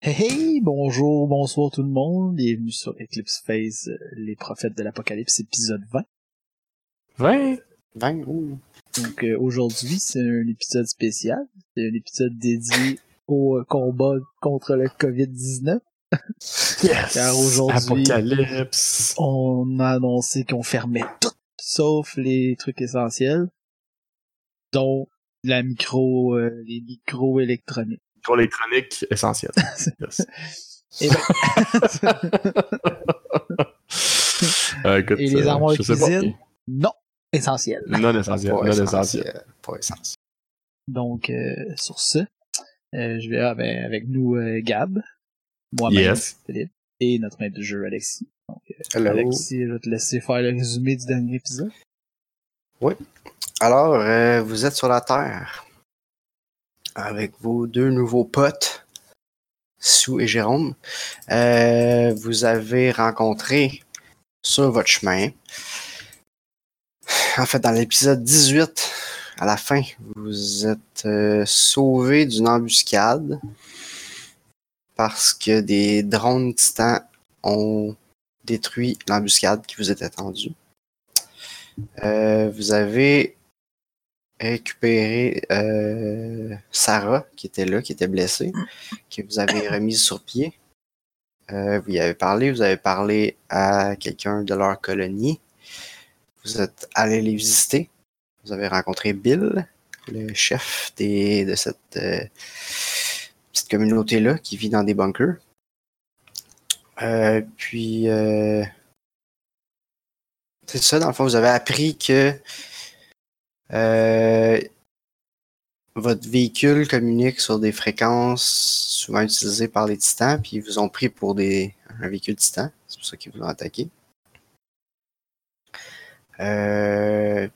Hey, bonjour, bonsoir tout le monde, bienvenue sur Eclipse Phase, euh, les prophètes de l'Apocalypse, épisode 20. 20? Ben, ouh. Donc euh, aujourd'hui, c'est un épisode spécial, c'est un épisode dédié au euh, combat contre le COVID-19. Yes! Car aujourd'hui- Apocalypse! On a annoncé qu'on fermait tout, sauf les trucs essentiels, dont la micro, euh, les micro-électroniques. Pour les chroniques essentielles. Yes. Et, Euh, écoute, Et les euh, armoires je de sais pas. cuisine, non, essentiel. Non essentielles. Pas Non essentielles. essentiel. Pas essentiel. Donc, euh, sur ce, euh, je vais ah, ben, avec nous euh, Gab, moi-même, Yes. Philippe, et notre maître de jeu, Alexis. Hello. Alexis, je vais te laisser faire le résumé du dernier épisode. Alors, euh, vous êtes sur la Terre avec vos deux nouveaux potes, Sue et Jérôme. Euh, vous avez rencontré sur votre chemin, en fait, dans l'épisode 18, à la fin, vous êtes euh, sauvés d'une embuscade parce que des drones titans ont détruit l'embuscade qui vous était tendue. Euh, vous avez récupéré euh, Sarah, qui était là, qui était blessée, que vous avez remise sur pied. Euh, vous y avez parlé, vous avez parlé à quelqu'un de leur colonie. Vous êtes allé les visiter. Vous avez rencontré Bill, le chef des, de cette euh, petite communauté-là qui vit dans des bunkers. Euh, puis, euh, c'est ça, dans le fond, vous avez appris que euh, votre véhicule communique sur des fréquences souvent utilisées par les titans, puis ils vous ont pris pour des, un véhicule titan. C'est pour ça qu'ils vous ont attaqué. Euh,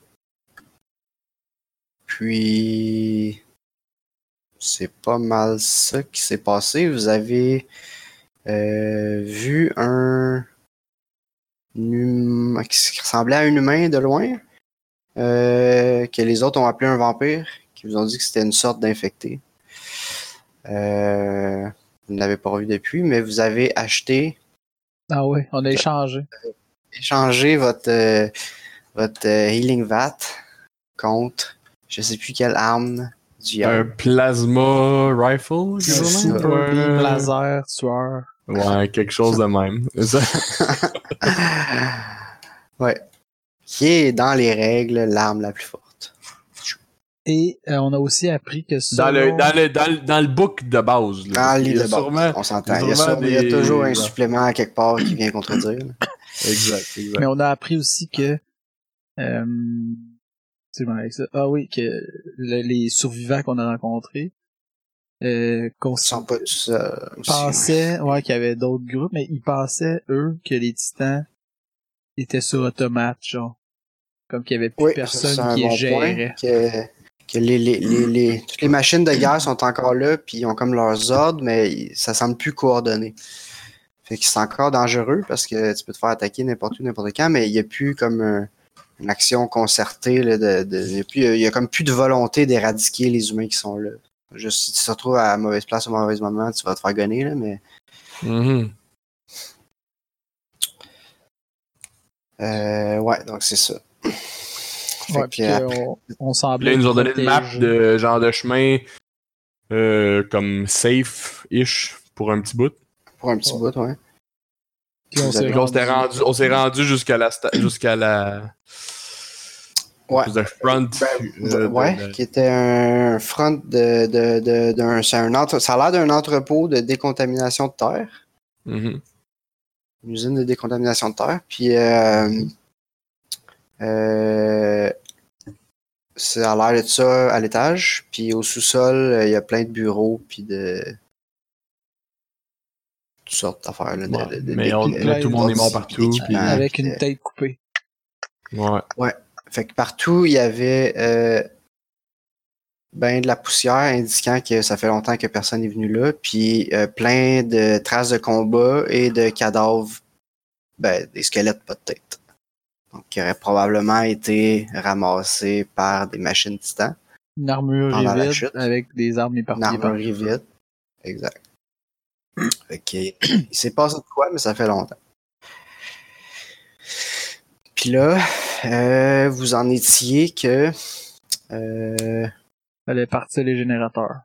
puis, c'est pas mal ça qui s'est passé. Vous avez euh, vu un, un hum- qui ressemblait à un humain de loin, euh, que les autres ont appelé un vampire, qui vous ont dit que c'était une sorte d'infecté. Euh, vous n'avez pas revu depuis, mais vous avez acheté, Ah ouais, on a échangé. échangé votre, euh, votre euh, Healing Vat contre je sais plus quelle arme du diable. Un plasma rifle, Un c'est ça. quelque super Ouais. beam laser tueur. Ouais, quelque chose de même. Ça, ouais. Qui est dans les règles l'arme la plus forte. Et euh, on a aussi appris que dans, le, selon- dans, le, dans, le, dans le book de base. Là, Dans parce Ah, les qu'il y a deux bords. sûrement... On s'entend. Il, y a sûrement sûrement- il y a des- toujours un Ouais. supplément à quelque part qui vient contredire. là. Exact, exact. Mais on a appris aussi que. Euh, c'est bon avec ça. Ah oui, que le- les survivants qu'on a rencontrés euh, qu'on Ils sont pas tout seuls. aussi, pensaient ouais, qu'il y avait d'autres groupes, mais ils pensaient, eux, que les titans étaient sur automate, genre. Comme qu'il y avait plus ouais. Oui, ça, c'est personne un qui les bon gérait. point, Que, que les, les, les, les- toutes les machines de guerre sont encore là, puis ils ont comme leurs ordres, mais ils- ça semble plus coordonné. Fait que c'est encore dangereux parce que tu peux te faire attaquer n'importe où, n'importe quand, mais il n'y a plus comme un- une action concertée. Là, de, de- il, y a plus- il y a comme plus de volonté d'éradiquer les humains qui sont là. Juste si tu te retrouves à la mauvaise place au mauvais moment, tu vas te faire gonner, là, mais Mhm. Euh, ouais, donc c'est ça. Fait Ouais, que, puis euh, qu'on- on, Puis là, semblait. ils nous ont donné une map protéger. de genre de chemin euh, comme safe-ish pour un petit bout. pour un petit bout, ouais. Puis on Vous s'est avez- Fait qu'on s'était rendu- on s'est rendu jusqu'à la sta- jusqu'à la Ouais. the Ben, front euh, de- ouais, de- qui était un front de, de, de- d'un, c'est un entre- ça a l'air d'un entrepôt de décontamination de terre, Mhm. une usine de décontamination de terre, puis euh, euh, ça a l'air de ça à l'étage, puis au sous-sol, euh, il y a plein de bureaux, puis de toutes sortes d'affaires. Là, de- Ouais, de- de- mais de- on- de- là, tout le monde est mort d'équipements, partout, puis- Avec puis, une tête coupée. Ouais. Fait que partout, il y avait euh, ben de la poussière indiquant que ça fait longtemps que personne n'est venu là, puis euh, plein de traces de combat et de cadavres, ben, des squelettes pas de tête. Donc, qui auraient probablement été ramassés par des machines titans, Une armure Pendant la est vide chute. avec des armes une éparpillées. armurerie vide. Exact. Fait que, il s'est passé de quoi, mais ça fait longtemps. Puis là, euh, vous en étiez que. euh, Fallait partir les générateurs.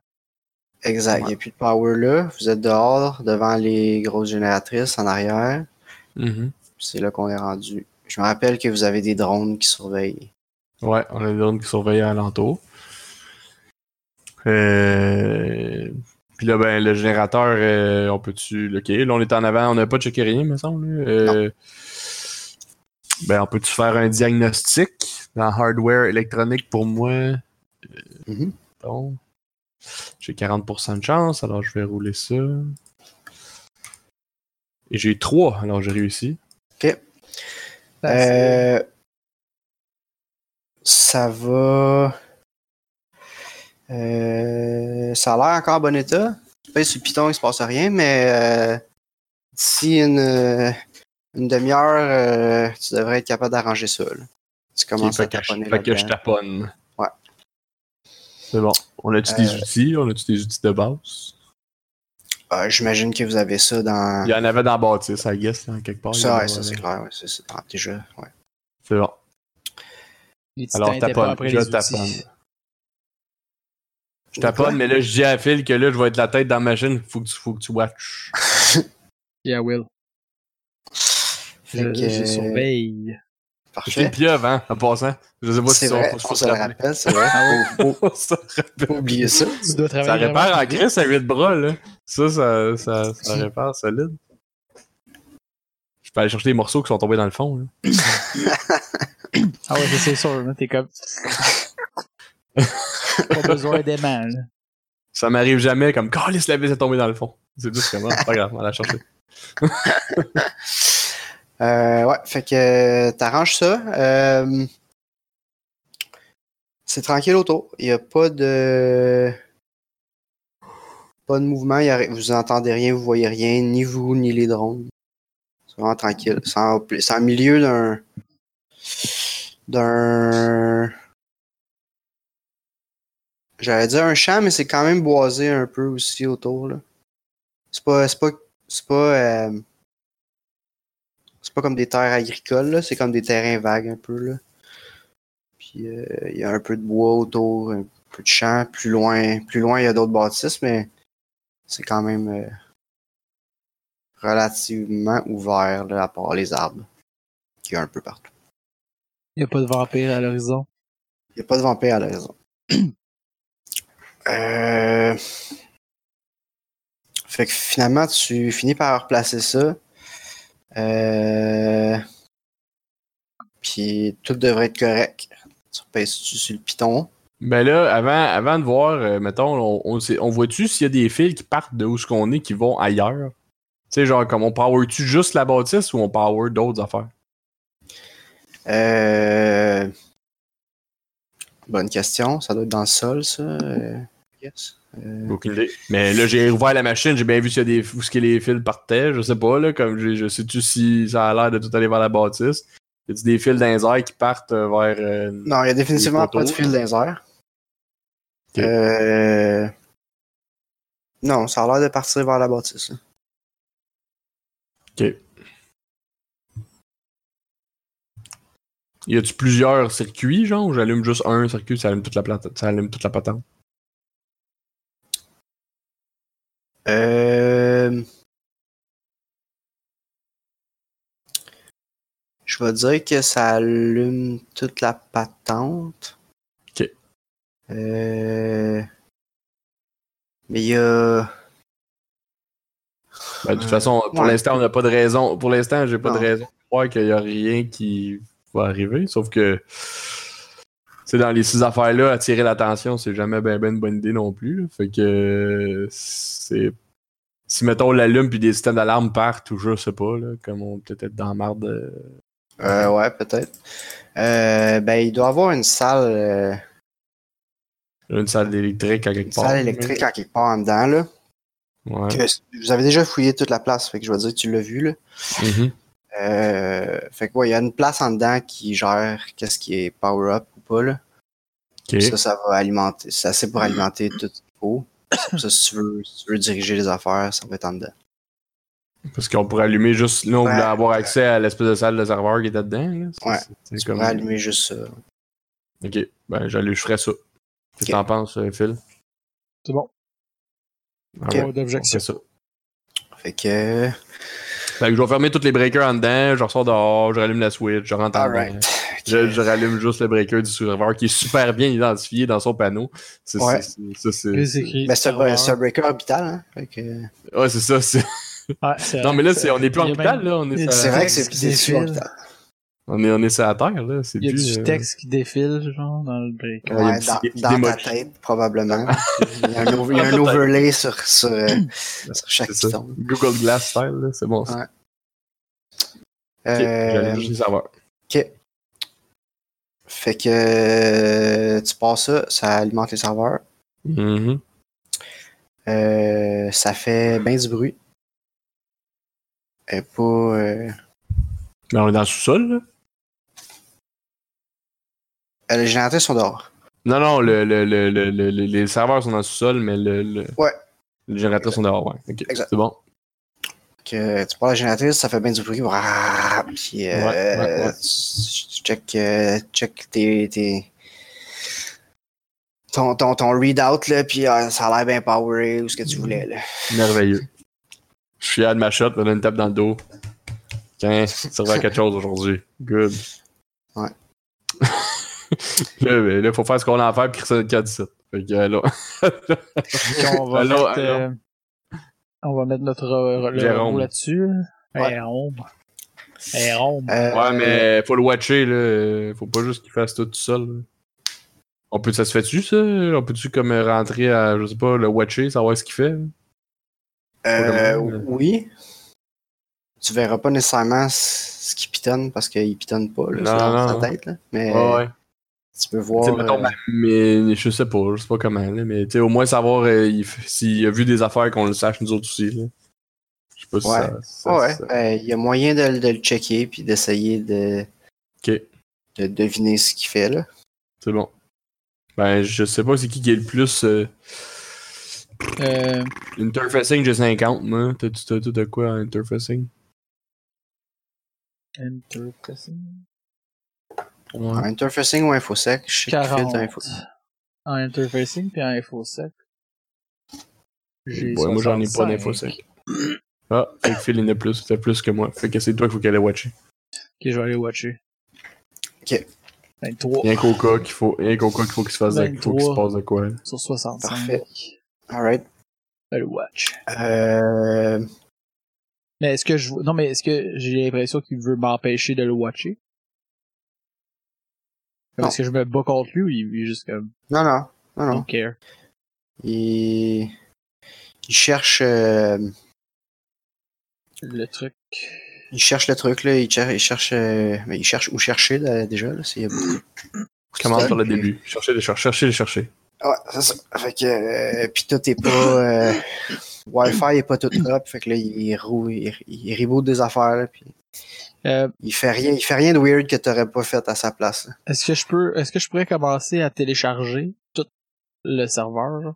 exact, il n'y a plus de power là. Vous êtes dehors, devant les grosses génératrices en arrière. mhm. C'est là qu'on est rendu. Je me rappelle que vous avez des drones qui surveillent. Ouais, on a des drones qui surveillaient alentour. Euh... Puis là, ben, le générateur, euh, on peut-tu. OK, là, on est en avant, on n'a pas checké rien, me semble. là. Euh, Ben, on peut-tu faire un diagnostic dans hardware électronique pour moi? Euh, Mhm. Bon. J'ai 40% de chance, alors je vais rouler ça. Et j'ai 3, alors j'ai réussi. Euh, ça va. Euh, ça a l'air encore en bon état. Tu pèses sur le piton, il se passe rien, mais euh, d'ici une, euh, une demi-heure, euh, tu devrais être capable d'arranger ça. là. Tu Ok, commences à fait que, je, taponner fait que je là-dedans. taponne. Ouais. C'est bon. On a-tu des outils? On a-tu des outils de base? Euh, J'imagine que vous avez ça dans. Il y en avait dans Baptiste, I guess, hein, quelque part. Il ça, y en ouais, ça avait. c'est clair, ouais, ça, c'est dans tes jeux, ouais. C'est bon. Les titans Alors, étaient pas taponne. après Je les outils. taponne. Je taponne, mais là, je dis à Phil que là, je vais être la tête dans la machine. Faut que tu, faut que tu watch. Ah, Yeah, Will. Fait Je, que, je euh, surveille. Je l'ai Parfait. pieuvre, hein, en passant. Je sais pas si C'est ça vrai, faut- on faut se se Ah le rappeler. rappelle, c'est vrai. Faut faut On se pas rappelle. oublier ça. Tu dois Ça travailler. vraiment répare en plus Chris à 8 bras, là. Ça, ça, ça, ça répare solide. Je peux aller chercher les morceaux qui sont tombés dans le fond, là. vite. Ah ouais, ça, c'est sûr. là, T'es comme... pas besoin d'aimant. là. Ça m'arrive jamais comme Carlis la vis est tombée dans le fond. C'est juste comment, pas grave, on va la chercher. Euh, ouais, fait que euh, t'arranges ça. Euh, c'est tranquille autour. Il n'y a pas de. Pas de mouvement. il y a- vous entendez rien, vous voyez rien, ni vous, ni les drones. C'est vraiment tranquille. C'est en, pl- c'est en milieu d'un. D'un. J'allais dire un champ, mais c'est quand même boisé un peu aussi autour. là. C'est pas. C'est pas. C'est pas. euh, c'est pas comme des terres agricoles, là, c'est comme des terrains vagues un peu. Là. Puis euh, il y a un peu de bois autour, un peu de champs. Plus loin, plus loin, il y a d'autres bâtisses, mais c'est quand même euh, relativement ouvert là, à part les arbres qu'il y a un peu partout. Y a pas de vampire à l'horizon. Il n'y a pas de vampire à la raison. Euh, Fait que finalement, tu finis par replacer ça. Euh, Puis tout devrait être correct. Tu pèses sur le piton. Mais là, avant, avant de voir, euh, mettons, on, on, sait- on voit-tu s'il y a des fils qui partent de où ce qu'on est qui vont ailleurs? Tu sais, genre, comme on power-tu juste la bâtisse ou on power d'autres affaires? Euh, Bonne question. Ça doit être dans le sol, ça. euh, yes. Euh, Aucune idée. Mais là, j'ai ouvert la machine, j'ai bien vu s'il y a des, où ce que les fils partaient, je sais pas, là, comme j'ai- je sais-tu si ça a l'air de tout aller vers la bâtisse? Y a-tu des fils dans les airs qui partent euh, vers. euh, Non, il n'y a définitivement poteaux. pas de fil laser. Ok. Euh... Non, ça a l'air de partir vers la bâtisse. là. Y a-tu plusieurs circuits, genre, ou j'allume juste un circuit, ça allume toute la, plate- ça allume toute la patente? Euh... Je vais dire que ça allume toute la patente. Ok. Euh... Mais il y a... Ben, de toute Euh, façon, pour ouais. l'instant, on n'a pas de raison. Pour l'instant, j'ai pas Non. de raison de croire qu'il y a rien qui va arriver. Sauf que, c'est dans les six affaires-là, attirer l'attention, c'est jamais ben, ben une bonne idée non plus. là. Fait que, euh, c'est. Si, mettons, l'allume puis des systèmes d'alarme partent, ou je sais pas, là, comme on peut être dans la marde. euh, Euh, ouais, peut-être. Euh, ben, il doit y avoir une salle, euh, une salle électrique à quelque une part. salle électrique à quelque part en dedans. Là, Ouais. Que- vous avez déjà fouillé toute la place, fait que je vais dire que tu l'as vu. Là. Mhm. Euh, fait que ouais, il y a une place en dedans qui gère qu'est-ce qui est power-up ou pas. Là. Ok. Ça, ça va alimenter. C'est assez pour alimenter tout ce qu'il faut. C'est pour ça, si tu, veux, si tu veux diriger les affaires, ça va être en dedans. Parce qu'on pourrait allumer juste. Là, on Ouais. voulait avoir accès à l'espèce de salle de serveur qui était dedans. là. C'est- Ouais. c'est- Tu C'est comme. pourrais allumer juste ça. Ok, ben, j'allais, je ferais ça. Qu'est-ce que Ok. t'en penses, euh, Phil C'est bon. Ah ouais, Pas on fait d'objection. ça. Fait que. Fait que je vais fermer tous les breakers en dedans, je ressors dehors, je rallume la Switch, je rentre en dedans. Alright. Je, je rallume juste le breaker du serveur qui est super bien identifié dans son panneau. C'est, Ouais. c'est, c'est, ça, c'est- Plus écrit. Mais c'est un, serveur. c'est un breaker orbital, hein. Fait Euh, que- Ouais, c'est ça. c'est- Ouais, c'est- Non, mais là, c'est, on est plus en il y a hôpital, même- là. On il y a est, du C'est sur, vrai que texte c'est qui c'est sur défile. orbital. on est, on est sur la terre, là. C'est Il y a plus, du euh, texte qui défile, genre, dans le break. Ouais, il y a Ouais, un dans, petit- dans ta démotion. tête, probablement. il y a un, over- il y a un Peut-être. overlay sur, sur, euh, sur chaque c'est ça. piton. Google Glass style, là. C'est bon. ça. Ouais. Ok, Euh, J'allume juste les serveurs. fait que euh, tu passes ça, ça alimente les serveurs. Mhm. Euh, ça fait bien du bruit. Et pas. euh, Mais Ben, on est dans le sous-sol, là. euh, les générateurs sont dehors. Non, non, le, le, le, le, le- le- les serveurs sont dans le sous-sol, mais le, le, Ouais. les générateurs sont dehors. Ouais. Ok, Exact. C'est bon. Que euh, tu prends la génératrice, ça fait bien du bruit. Brrrr, Puis Ouais, euh, ouais, ouais. tu tu check, euh, check tes, tes- ton, ton, ton readout, là, puis euh, ça a l'air bien poweré ou ce que tu voulais. Là. Merveilleux. Je suis fier de ma shot, on a une tape dans le dos. Tiens, ça servait à quelque chose aujourd'hui. Good. Ouais. là, il faut faire ce qu'on a à faire puis Christian K17. Fait que là, Puis on va Allô, mettre, allô. euh, on va mettre notre euh, le Jérôme. robot là-dessus. Ouais. Ouais. Jérôme. Jérôme. Euh, ouais, mais faut le watcher, là. Faut pas juste qu'il fasse tout, tout seul. là. On peut, ça se fait-tu, ça? On peut-tu comme rentrer à, je sais pas, le watcher, savoir ce qu'il fait? Euh, Pas de oui. Tu verras pas nécessairement ce ce qui pitonne parce qu'il pitonne pas là, Non, c'est dans non, sa tête. Là. Mais Ouais, ouais. tu peux Tu voir. sais, mettons, euh, ma- mais je sais pas, je sais pas comment, là, mais tu sais, au moins savoir euh, il f- s'il a vu des affaires qu'on le sache nous autres aussi. là. Je sais pas si Ouais. ça. ça- ouais, ça- euh, il y a moyen de, le- de le checker puis d'essayer de, Ok. de deviner ce qu'il fait. Là. C'est bon. Ben, je sais pas c'est qui qui est le plus. euh, Euh, Interfacing, j'ai 50, moi. T'as t'as- t'as de quoi en interfacing Euh, enter pressing. En interfacing ou infosec, je sais qu'il 40. filtre info. En interfacing puis en infosec. J'ai Ouais, moi, j'en ai pas 65. d'infosec. Ah, fait que Phil, il en a plus. T'as plus que moi. Fait que c'est toi qu'il faut qu'elle aille watcher. Ok, je vais aller watcher. Ok. 23 Rien qu'au cas qu'il faut, rien qu'au cas qu'il faut qu'il se fasse, de- qu'il faut qu'il se 23. passe de quoi. là. sur 65. Parfait. Alright. Allez, watch. Euh, Mais est-ce que je vois- non mais est-ce que j'ai l'impression qu'il veut m'empêcher de le watcher Comme Non. Est-ce que je me bats contre lui ou il est juste comme non, non, non, non. don't care Il, il cherche. euh, le truc Il cherche le truc, là, il cherche, il cherche, euh, mais il cherche où chercher là, déjà, là, euh, s'il y a beaucoup. Commence par le Puis- début. Chercher, le chercher, chercher, le chercher. Ouais, c'est ça. Fait que, euh, pis tout est pas, euh, Wi-Fi est pas tout up, fait que là, il roule, il, il reboot des affaires, là, puis Euh, il fait rien, il fait rien de weird que t'aurais pas fait à sa place, là. est-ce que je peux est-ce que je pourrais commencer à télécharger tout le serveur genre?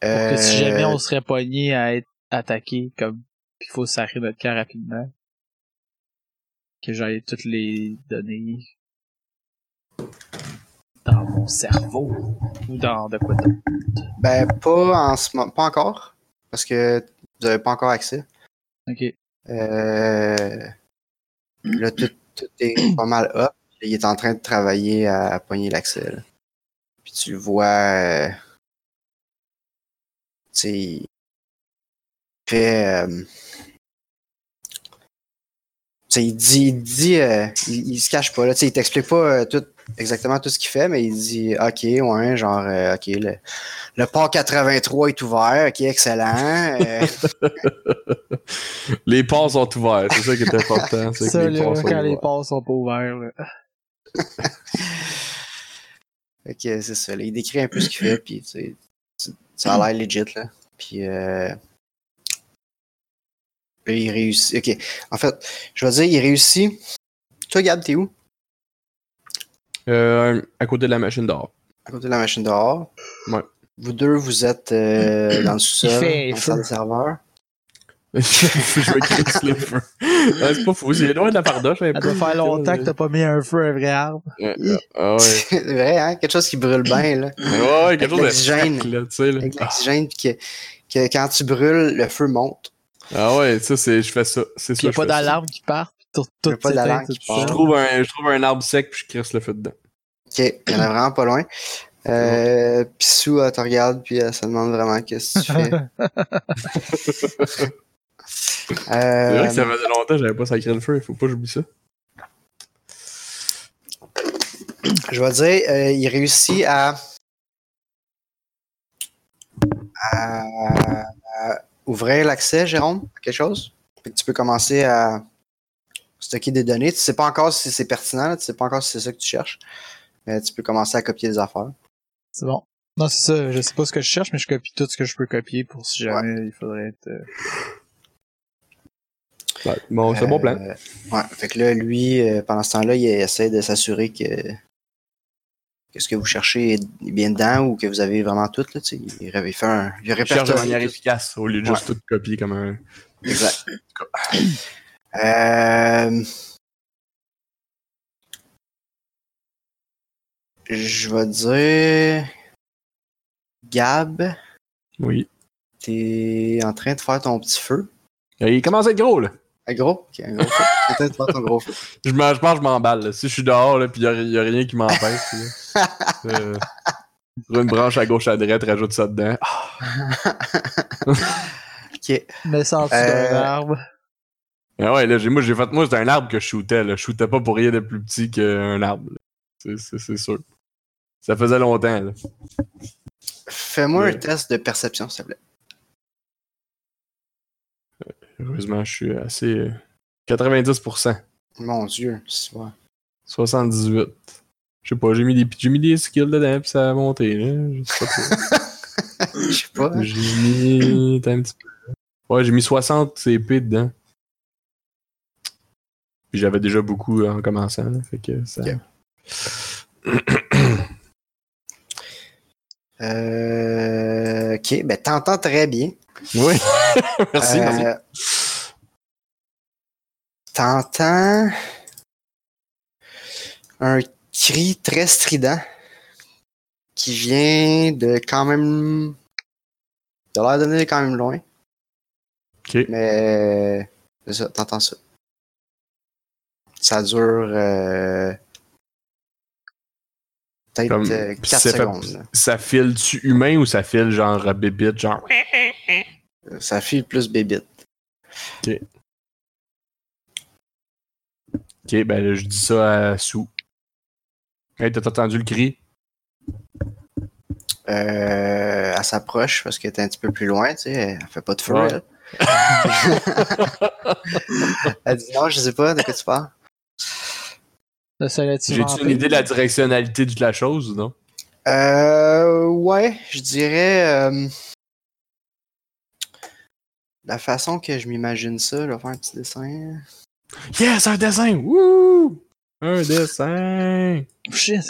Pour que si Euh, jamais on serait pogné à être attaqué comme qu'il faut sarrer notre camp rapidement que j'aille toutes les données dans mon cerveau ou dans de quoi d'autre. Ben, pas en ce moment, pas encore, parce que vous avez pas encore accès. OK. Euh, là, tout, tout est pas mal up. Il est en train de travailler à, à pogner l'accès. là. Puis tu le vois. euh, tu sais, il fait. euh, tu sais, il dit. Il, dit euh, il, il se cache pas. Là. Tu sais, Il t'explique pas euh, tout, exactement tout ce qu'il fait, mais il dit Ok, ouais, genre, euh, ok, le, le port 83 est ouvert, ok, excellent. Euh, Les passes sont ouverts, c'est ça qui est important. C'est Ça, que les là, passes sont quand les ouvertes. ports sont pas ouverts, là. Fait que c'est ça. là, il décrit un peu ce qu'il fait, puis tu sais, tu- ça a l'air legit, là. Puis euh, là, il réussit. Ok. En fait, je vais dire, il réussit. Toi, Gab, t'es où? Euh, à côté de la machine d'or. À côté de la machine dehors. Ouais. Vous deux, vous êtes euh, dans le sous-sol, fait dans le feu. salle de serveur. je vais crisser le feu. Ah, c'est pas fou, c'est loin de la pardoche. Ça doit faire longtemps que t'as pas mis un feu à un vrai arbre. Ah ouais. C'est vrai, hein? Quelque chose qui brûle bien, là. Ouais, ouais, quelque chose de l'oxygène. sec, là, tu sais, là. Avec l'oxygène, puis que, que quand tu brûles, le feu monte. Ah ouais, ça, c'est, je fais ça. C'est Pis y ça. a je pas fais ça. d'alarme qui part. pis Tout, tout Y a pas s'éteint d'alarme tout qui seul. Je trouve, un, je trouve un arbre sec puis je crisse le feu dedans. Ok, il y en a vraiment pas loin. Euh, puis Sue, elle te regarde, puis elle se demande vraiment qu'est-ce que tu fais. C'est vrai que Euh, ça faisait longtemps que j'avais pas sacré le feu, il faut pas que j'oublie ça. je vais dire, euh, il réussit à, à, à ouvrir l'accès, Jérôme, à quelque chose. Fait que tu peux commencer à stocker des données. Tu sais pas encore si c'est pertinent, là, tu sais pas encore si c'est ça que tu cherches, mais tu peux commencer à copier des affaires. C'est bon. Non, c'est ça. Je sais pas ce que je cherche, mais je copie tout ce que je peux copier pour si jamais il faudrait être. euh, Ouais, bon, c'est un bon plan. Euh, ouais. Fait que là, lui, euh, pendant ce temps-là, il essaie de s'assurer que, que ce que vous cherchez est bien dedans ou que vous avez vraiment tout. Là, tu sais. il avait fait un. Il Je cherche de manière répertorié. efficace au lieu de juste tout copier comme un. Exact. Euh, Je vais dire. Gab, Oui. t'es en train de faire ton petit feu. Et il commence à être gros, là. Un gros? Ok, un gros feu. T'es en train de faire ton gros feu. Je, me- je pense que je m'emballe, là. Si je suis dehors, là, pis y a, y a rien qui m'empêche, là. Euh, sur une branche à gauche, à droite, rajoute ça dedans. Ah, Ok. Mais sans dessous d'un Euh, arbre. Ah ouais, là, j'ai, moi, j'ai fait, moi, c'était un arbre que je shootais, là. Je shootais pas pour rien de plus petit qu'un arbre, là. C'est, c'est- c'est sûr. Ça faisait longtemps, là. Fais-moi un Ouais. test de perception, s'il te plaît. Heureusement, je suis assez. euh, 90%. Mon Dieu, c'est vrai. 78. Je sais pas, j'ai mis des, j'ai mis des skills dedans, puis ça a monté, là. Je sais pas trop. Je sais pas. J'ai mis. Attends un petit peu. Ouais, j'ai mis 60 CP dedans. Puis j'avais déjà beaucoup en commençant. là, fait que ça. Ok. Euh, ok, ben t'entends très bien. Oui. merci, Euh, merci. T'entends un cri très strident qui vient de quand même. Il a l'air de venir quand même loin, Ok. mais euh, c'est ça, t'entends ça. Ça dure euh, peut-être Comme- 4 ça fait- secondes. là. Ça file-tu humain ou ça file genre à bébite, genre. Ça file plus bébite. Ok, ben là, je dis ça à Sou. Hey, t'as entendu le cri? Euh, elle s'approche parce qu'elle est un petit peu plus loin, tu sais. Elle fait pas de feu, Ouais. elle. elle dit non, je sais pas de quoi tu parles. Le soleil-tu J'ai-tu une idée de la directionnalité de la chose ou non? Euh, ouais, je dirais. euh, la façon que je m'imagine ça, je vais faire un petit dessin. Yes, un dessin! Wouh! Un dessin! Shit.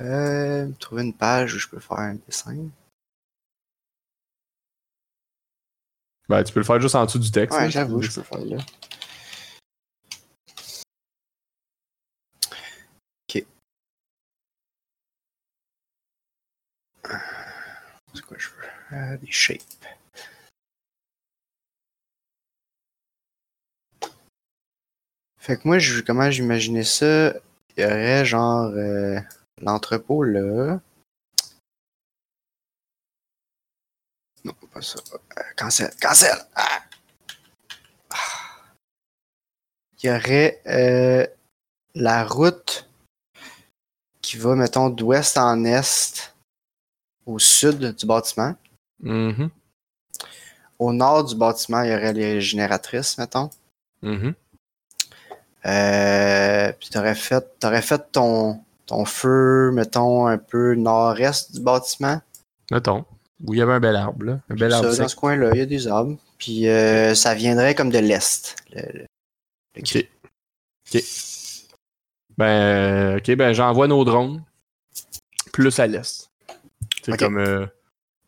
Euh, trouver une page où je peux faire un dessin. Ben, tu peux le faire juste en dessous du texte. Ouais, là. j'avoue, je peux faire là. Ok. C'est quoi je veux? Euh, des shapes. Fait que moi, je, comment j'imaginais ça? Il y aurait genre euh, l'entrepôt là. Non, pas ça. Euh, cancel, cancel! Ah! il y aurait euh, la route qui va, mettons, d'ouest en est au sud du bâtiment. Mhm, Au nord du bâtiment, il y aurait les génératrices, mettons. mhm. Euh, puis tu aurais fait, t'aurais fait ton, ton feu, mettons, un peu nord-est du bâtiment. Mettons. Où il y avait un bel arbre, là. Un bel Ça, arbre dans sec. ce coin-là, il y a des arbres. Puis euh, ça viendrait comme de l'est. le- le- le cri. Ok. Ok. Ben, euh, ok, ben, j'envoie nos drones. Plus à l'est. C'est Ok. comme. euh,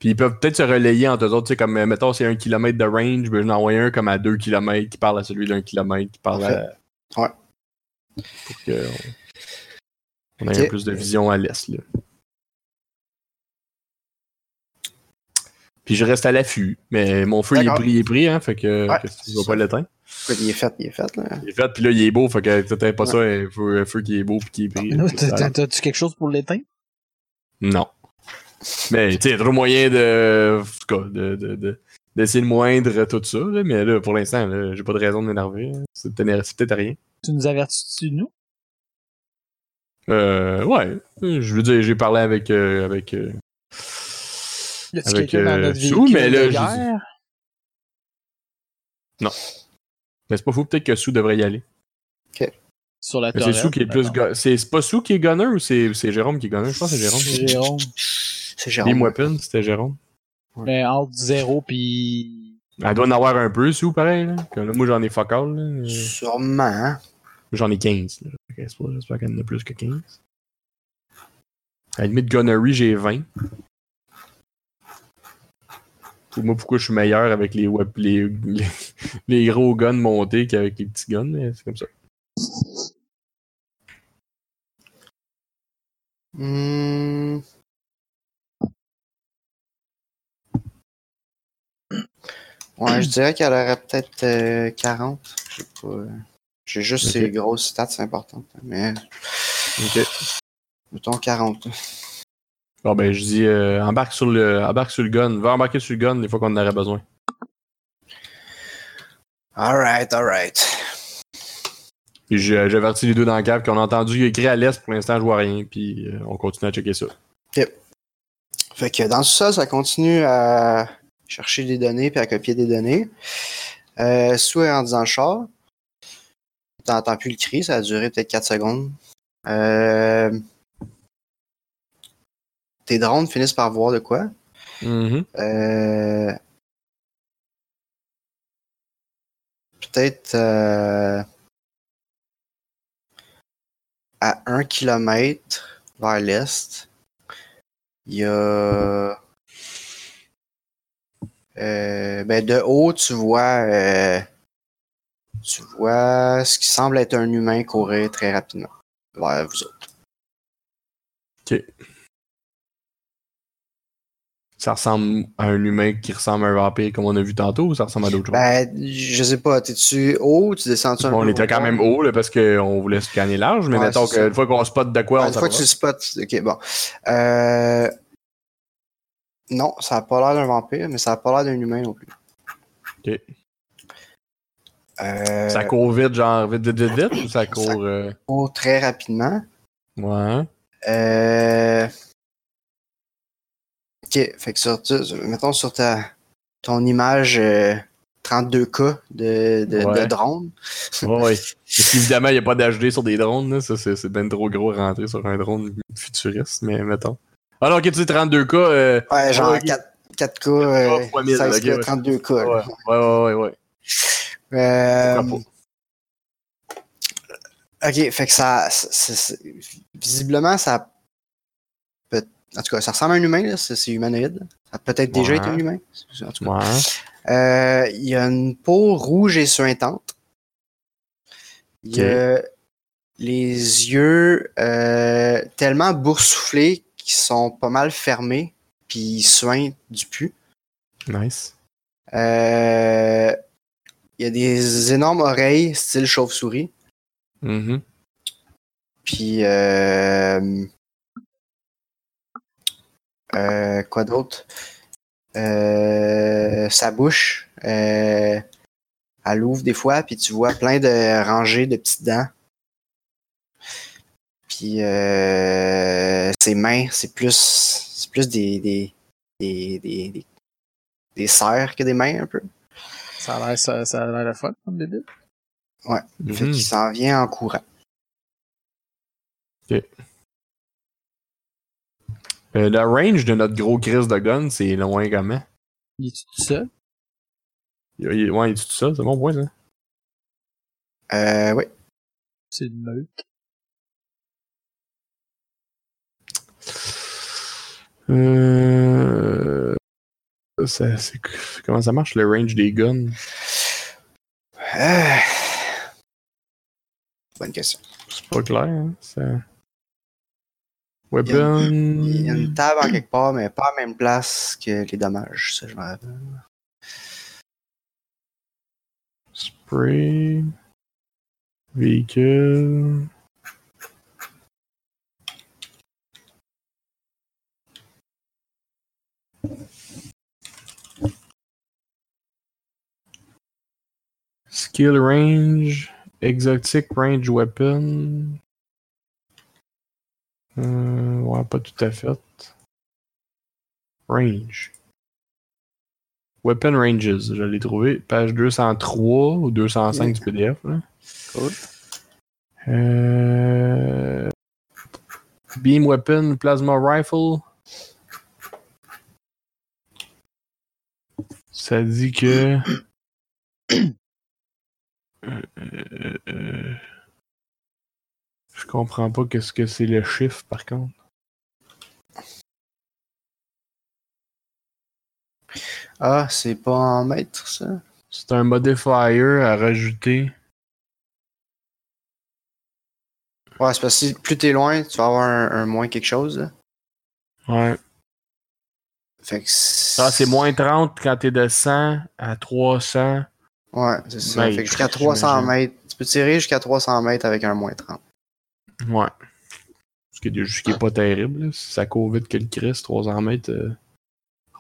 Puis ils peuvent peut-être se relayer entre eux autres. tu sais, Comme, euh, mettons, c'est un kilomètre de range, ben, je vais en envoyer un comme à deux kilomètres qui parle à celui d'un kilomètre qui parle à. Ouais. Pour que on, on ait Ok. un plus de vision à l'est. là. Puis je reste à l'affût. Mais mon feu, il est D'accord. pris, il est pris, hein. Fait que, Ouais, qu'est-ce que tu c'est vas ça. pas l'éteindre. Écoute, il est fait, il est fait, là. Il est fait, puis là, il est beau. Fait que t'éteins pas ça, un feu, un feu qui est beau, puis qui est pris. Là, puis t'as- ça- t'as- T'as-tu quelque chose pour l'éteindre? Non. Mais tu sais, trop moyen de. En tout cas, de- de- de- d'essayer de moindre euh, tout ça. là, mais là, pour l'instant, là, j'ai pas de raison de m'énerver. hein. C'est peut-être c'est peut-être rien. Tu nous avertis-tu, nous? Euh, ouais. Je veux dire, j'ai parlé avec. euh, avec euh, Y a-tu avec quelqu'un dans euh, notre Sue, véhicule mais là, de je- guerre? mais c'est pas fou, peut-être que Sou devrait y aller. Sur la Mais toilette. c'est Sou qui est plus. gu- C'est c'est pas Sou qui est gunner ou c'est c'est Jérôme qui est gunner Je pense que c'est Jérôme. Jérôme. C'est Beam Jérôme. Weapon, c'était Jérôme. Mais entre 0 puis... Elle doit en avoir un peu, Sou, pareil. là. Comme là, moi, j'en ai fuck all, là. Sûrement, hein. J'en ai 15. là. Fait que c'est pas- J'espère qu'il y en a plus que 15. À la limite, Gunnery, j'ai 20. Pour moi, pourquoi je suis meilleur avec les, web, les, les, les gros guns montés qu'avec les petits guns, mais c'est comme ça. Hmm. Ouais, je dirais qu'elle aurait peut-être euh, 40. Je sais pas. euh, J'ai juste Ok. ces grosses stats, c'est important. Mais Ok. mettons 40. Bon, ben, je dis, euh, embarque, sur le, embarque sur le gun. Va embarquer sur le gun les fois qu'on en aurait besoin. Alright, alright. Puis je- j'avertis les deux dans le cave qu'on a entendu écrit à l'est. Pour l'instant, je vois rien. Puis euh, on continue à checker ça. Fait que dans tout ça, ça continue à chercher des données puis à copier des données. Euh, soit en disant le char. T'entends plus le cri, ça a duré peut-être 4 secondes. Euh, Tes drones finissent par voir de quoi. Mhm. Euh, Peut-être euh, à un kilomètre vers l'est, il y a. euh, ben de haut, tu vois, euh, tu vois ce qui semble être un humain courir très rapidement vers vous autres. Ça ressemble à un humain qui ressemble à un vampire comme on a vu tantôt ou ça ressemble à d'autres choses? Ben, je sais pas, t'es-tu haut, tu descends-tu un Bon, on peu était quand au- même haut là, parce qu'on voulait se gagner large, mais Ouais, mettons c'est ça. qu'une fois qu'on spot de quoi, Ah, on une fois que tu le s'approche. spots, ok, bon. Euh, Non, ça n'a pas l'air d'un vampire, mais ça n'a pas l'air d'un humain non plus. Ok. Euh, Ça court vite, genre vite, vite, vite, vite, ou ça court. euh, court très rapidement. Ouais. hein? Euh, Ok, fait que sur, tu- sur- mettons sur ta, ton image euh, 32K de, de, Ouais. de drone. Ouais, ouais. Parce qu'évidemment, il n'y a pas d'HD sur des drones, là. ça c'est c'est ben trop gros à rentrer sur un drone futuriste, mais mettons. Ah non, ok, tu dis 32K. euh, Ouais, genre Ouais, 4, 4K, euh, fois mille, 16K, ok, ouais. 32K. Ouais, là. ouais, ouais, ouais. ouais. Euh, Pourquoi Ok, fait que ça. c'est- c'est- c'est- visiblement, ça. peut- en tout cas, ça ressemble à un humain, là, c'est c'est humanoïde. Ça a peut-être déjà Ouais. été un humain. en tout cas. pas. Ouais. hein? Euh, il y a une peau rouge et suintante. Il y a les yeux euh, tellement boursouflés qu'ils sont pas mal fermés, puis ils suintent du pu. Nice. Euh, il y a des énormes oreilles, style chauve-souris. Mhm. Puis, euh, euh, quoi d'autre? Euh, sa bouche, euh, elle ouvre des fois, puis tu vois plein de rangées de petites dents. Puis, euh, ses mains, c'est plus, c'est plus des, des, des, des, des, des serres que des mains, un peu. Ça a l'air ça, ça a l'air le fun, comme débile. Fait Mhm. qu'il s'en vient en courant. Euh, le range de notre gros Chris de gun, c'est loin comment? Il est tout seul? Il- il- Ouais, il dit tout ça, c'est bon point, ça. Euh, oui. C'est une meute. Euh, ça- c'est- comment ça marche le range des guns? Ah. Bonne question. C'est pas clair. hein, ça- Weapon. Il y a une table en quelque part, mais pas à la même place que les dommages, ça je me rappelle. Spray. Véhicule. Skill range. Exotic range weapon. Euh, ouais, pas tout à fait. Range. Weapon Ranges, je l'ai trouvé. Page 203 ou 205 du PDF. là. Cool. Euh, Beam Weapon, Plasma Rifle. Ça dit que. Euh, euh, euh, Je comprends pas qu'est-ce que c'est le chiffre par contre. Ah, c'est pas en mètre, ça? C'est un modifier à rajouter. Ouais, c'est parce que si- plus t'es loin, tu vas avoir un, un moins quelque chose. là. Ouais. Fait que. Ah, c'est moins 30 quand t'es de 100 à 300. Ouais, c'est ça. Mètre, fait que jusqu'à 300 j'imagine. mètres. Tu peux tirer jusqu'à 300 mètres avec un moins 30. Ouais. Ce qui est, ce Ah. qui est pas terrible. là. Si ça court vite que le Christ, 300 mètres, euh,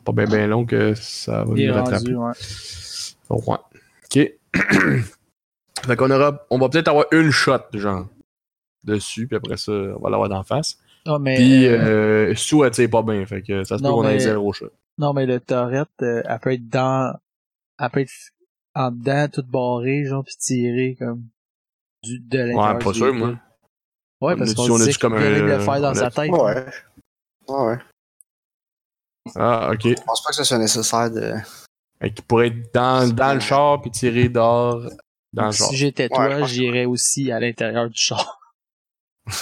pas bien ben long que ça va Il est nous rendu, rattraper. ouais. Ouais. OK. fait qu'on aura... On va peut-être avoir une shot, genre, dessus, puis après ça, on va l'avoir d'en face. Non, mais, Puis, euh, euh, Sue, elle tire pas bien, fait que ça se peut Non, qu'on ait mais- zéro shot. non, mais le torrette, euh, elle peut être dans, elle peut être en dedans, toute barrée, genre, puis tirée, comme, du, de l'intérieur. Ouais, pas du sûr, véhicule. moi. Ouais, On parce est- qu'on si on est disait juste comme qu'il venait de un- le faire dans on sa est- tête. Ouais. Ouais, ouais. Ah, OK. Je pense pas que ça soit nécessaire de. Fait qu'il pourrait être dans, dans le char, puis tirer dehors dans le char. si j'étais Ouais, je toi, pense que- j'irais aussi à l'intérieur du char.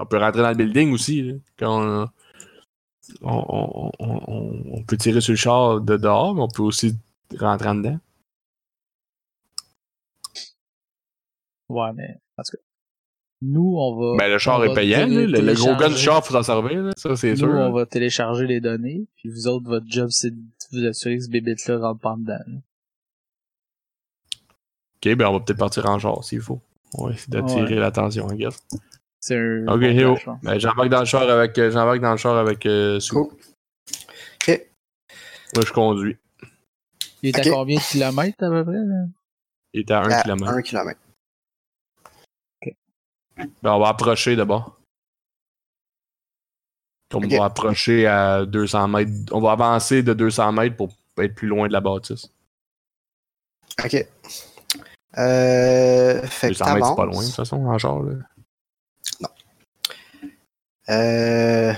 On peut rentrer dans le building aussi. là, quand on, on- on- on- on- on peut tirer sur le char de dehors, mais on peut aussi rentrer en dedans. Ouais, mais, parce que, nous, on va, Ben, le char on est va payant. télé- là, le, le gros gun du télécharger. char, faut s'en servir. là, ça, c'est nous, sûr. on va télécharger les données, puis vous autres, votre job, c'est de vous assurer que ce bébé-là rentre pas en dedans. là. Ok, ben, on va peut-être partir en char s'il faut. On va essayer d'attirer l'attention, I guess. C'est un. Ok, bon yo. plan, je pense. Ben, j'embarque dans le char avec, euh, j'embarque dans le char avec euh, Sue. Cool. Ok. Moi, je conduis. Il est Ok. à combien de kilomètres, à peu près, là? Il est à 1 Ah. à km. un kilomètre. Ben, on va approcher d'abord. On Ok. va approcher à 200 mètres. On va avancer de 200 mètres pour être plus loin de la bâtisse. Ok. Euh, fait que 200 mètres, c'est pas loin, de t'avances. toute façon, en genre. là. Euh,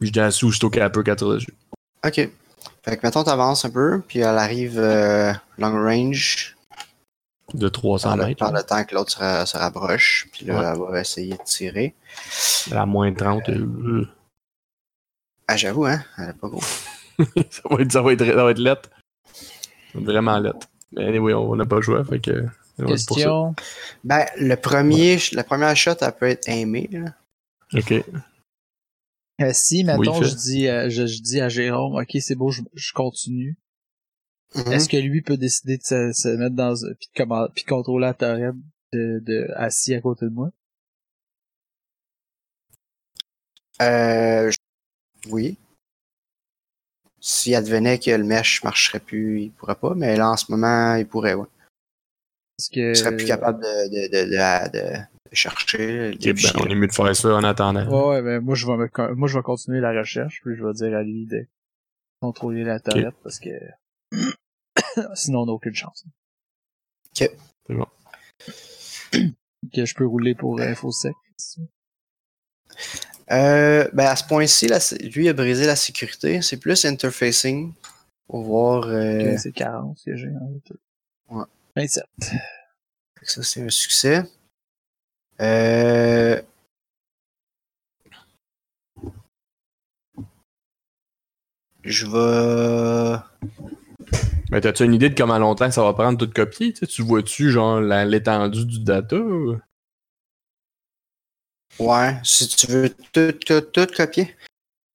Je dis à sous, aussitôt qu'elle peut 80. ok. Fait que mettons t'avances un peu, puis elle arrive euh, long range. De 300 par le, mètres. par le temps que l'autre se, ra- se rapproche, puis là, elle va essayer de tirer. À moins 30. euh, Ah, j'avoue, hein, elle est pas gros. ça, va être, ça, va être, ça va être lettre. Ça va être Vraiment lettre. Mais anyway, on n'a pas joué, fait que. on va pour ça. Question. Ben, le premier, la première shot, elle peut être aimée, là. Ok. Euh, si, mettons, Phil. je, dis, à- je, je dis à Jérôme, OK, c'est beau, je, je continue. Mhm. Est-ce que lui peut décider de se, se mettre dans. Puis de, comment- puis de contrôler la torrette de, de, assis à côté de moi? Euh, je- oui. Si advenait que le mesh marcherait plus, il pourrait pas, mais là, en ce moment, il pourrait, ouais. Est-ce que. Il serait plus capable de, de, de, de- de- de chercher. Euh, Ok, ben, on est mieux de faire ça en attendant. Ouais, ouais, mais moi, je vais me, con- moi, je vais continuer la recherche, puis je vais dire à lui de contrôler la torrette parce que. Sinon, on n'a aucune chance. Ok. C'est bon. que je peux rouler pour InfoSec. Euh, ben, à ce point-ci, la sé- lui, il a brisé la sécurité. C'est plus interfacing pour voir. euh, C'est 40 que j'ai en tout. Ouais. 27. Fait que Ça, c'est un succès. Euh... Je vais. Mais t'as-tu une idée de comment longtemps ça va prendre tout copier? Tu sais, tu vois-tu, genre, la- l'étendue du data? ou- Ouais, si tu veux tout, tout, tout copier.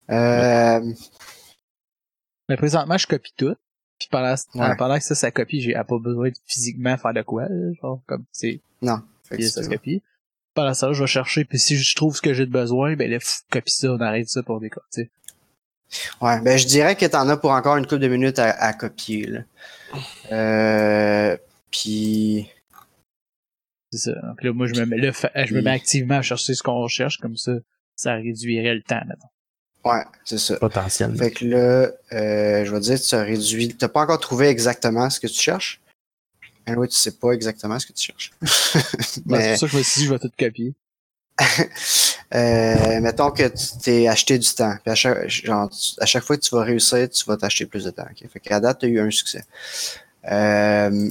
Euh, Mais présentement, je copie tout. Puis pendant, Ouais. pendant que ça, ça copie, j'ai pas besoin de physiquement faire de quoi, là, genre, comme, c'est fait que puis ça se c'est- copie. Pendant ça, je vais chercher, puis si je trouve ce que j'ai de besoin, ben là, pff, copie ça, on arrête ça pour des cas, tu sais. Ouais, ben je dirais que t'en as pour encore une couple de minutes à, à copier. Là. Euh, puis C'est ça. Donc là, moi, je me mets, là, fa- je me mets activement à chercher ce qu'on recherche, comme ça, ça réduirait le temps, maintenant. ouais, c'est ça. Potentiellement. Fait que là, euh, je vais dire, tu as réduit. T'as pas encore trouvé exactement ce que tu cherches. Anyway, tu sais pas exactement ce que tu cherches. C'est Mais pour ça que je me suis dit, je vais tout copier. euh, mettons que tu t'es acheté du temps. Puis à chaque, genre, tu- à chaque fois que tu vas réussir, tu vas t'acheter plus de temps. ok? Fait qu'à date, tu as eu un succès. Euh,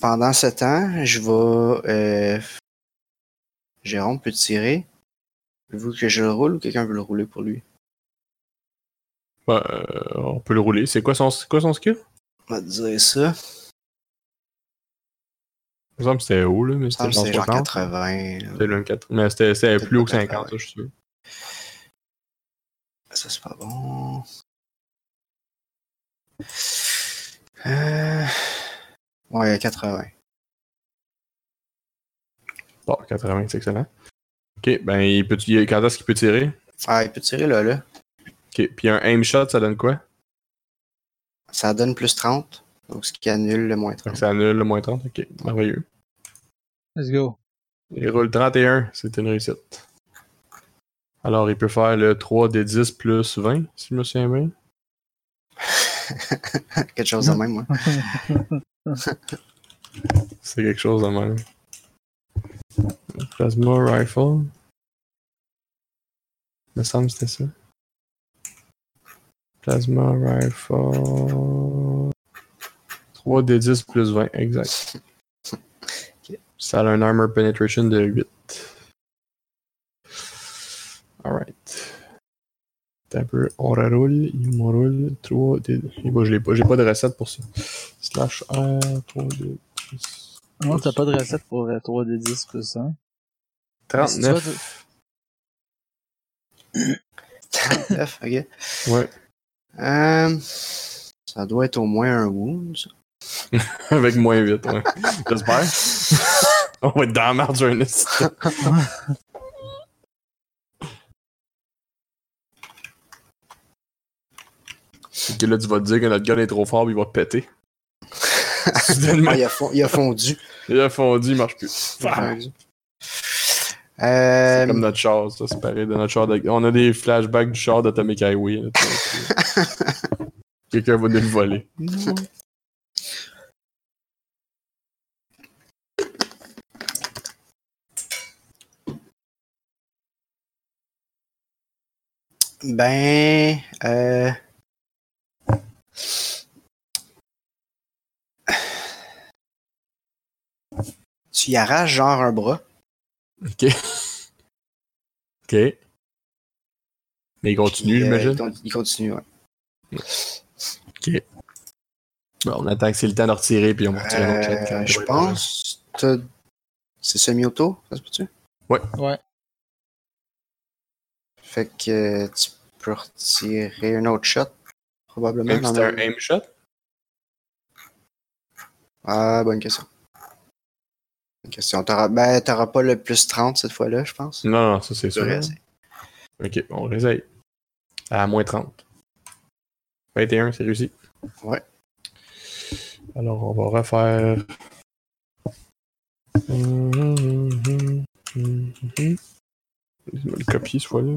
pendant ce temps, je vais. euh, Jérôme peut tirer. Vous que je le roule ou quelqu'un veut le rouler pour lui? Ouais, euh, on peut le rouler. C'est quoi son, c'est quoi son skill? On va te dire ça. Il me semble que c'était haut, là, mais Ça me c'était genre semble que c'est genre 60. 80. C'était le même 4. Mais c'était c'était Peut-être plus haut que pas 50, 80. ça, je suis sûr. Ça, c'est pas bon. Euh... Ouais, 80. Bon, 80, c'est excellent. Ok, ben, il peut, il- quand est-ce qu'il peut tirer? Ah, il peut tirer là, là. Ok, puis un aim shot, ça donne quoi? Ça donne plus 30. Donc, ce qui annule le moins 30. Donc ça annule le moins 30. Ok, merveilleux. Let's go. Il roule 31, c'est une réussite. Alors, il peut faire le 3 des 10 plus 20, si je me souviens bien. Quelque chose de même, moi. C'est quelque chose de même. Plasma rifle. Il me semble que c'était ça. Plasma rifle. 3 d 10 plus 20, exact. Ça a un armor penetration de 8. Alright. T'as un peu, on reroule, il me roule 3 d je l'ai pas, j'ai pas de recette pour ça. Slash R, 3 d 10. Non, t'as pas de recette pour euh, 3 de 10 plus ça. 39. 39, ok. Ouais. Euh... Ça doit être au moins un wound. ça. Avec moins 8, ouais. J'espère. On va être dans la merde, Jonas. que là, tu vas te dire que notre gun est trop fort, puis il va péter. Soudainement, Ah, il, a fon- il a fondu. il a fondu, il marche plus. Il a Fuck. fondu. C'est Euh... comme notre char, ça, c'est pareil. De notre char de- On a des flashbacks du char d'Atomic Highway. là, tu vois, puis- Quelqu'un va nous le voler. Ben, euh... Tu y arraches genre un bras. Ok. ok. Mais il continue, puis, euh, j'imagine. il con- Il continue, ouais. Bon, on attend que c'est le temps de retirer, puis on va retirer notre Euh, shot quand- je pense. t'as- C'est semi-auto, ça se peut-tu? Ouais. Fait que euh, tu peux retirer un autre shot, probablement. Même si dans c'était un le- aim shot. Ah, bonne question. Bonne question. T'auras... Ben, t'auras pas le plus 30 cette fois-là, je pense. Non, non, ça c'est Tu sûr. restes. Ok, on réessaye. À moins 30. 21, c'est réussi. Ouais. Alors, on va refaire. Laisse-moi le copier, ce fois-là.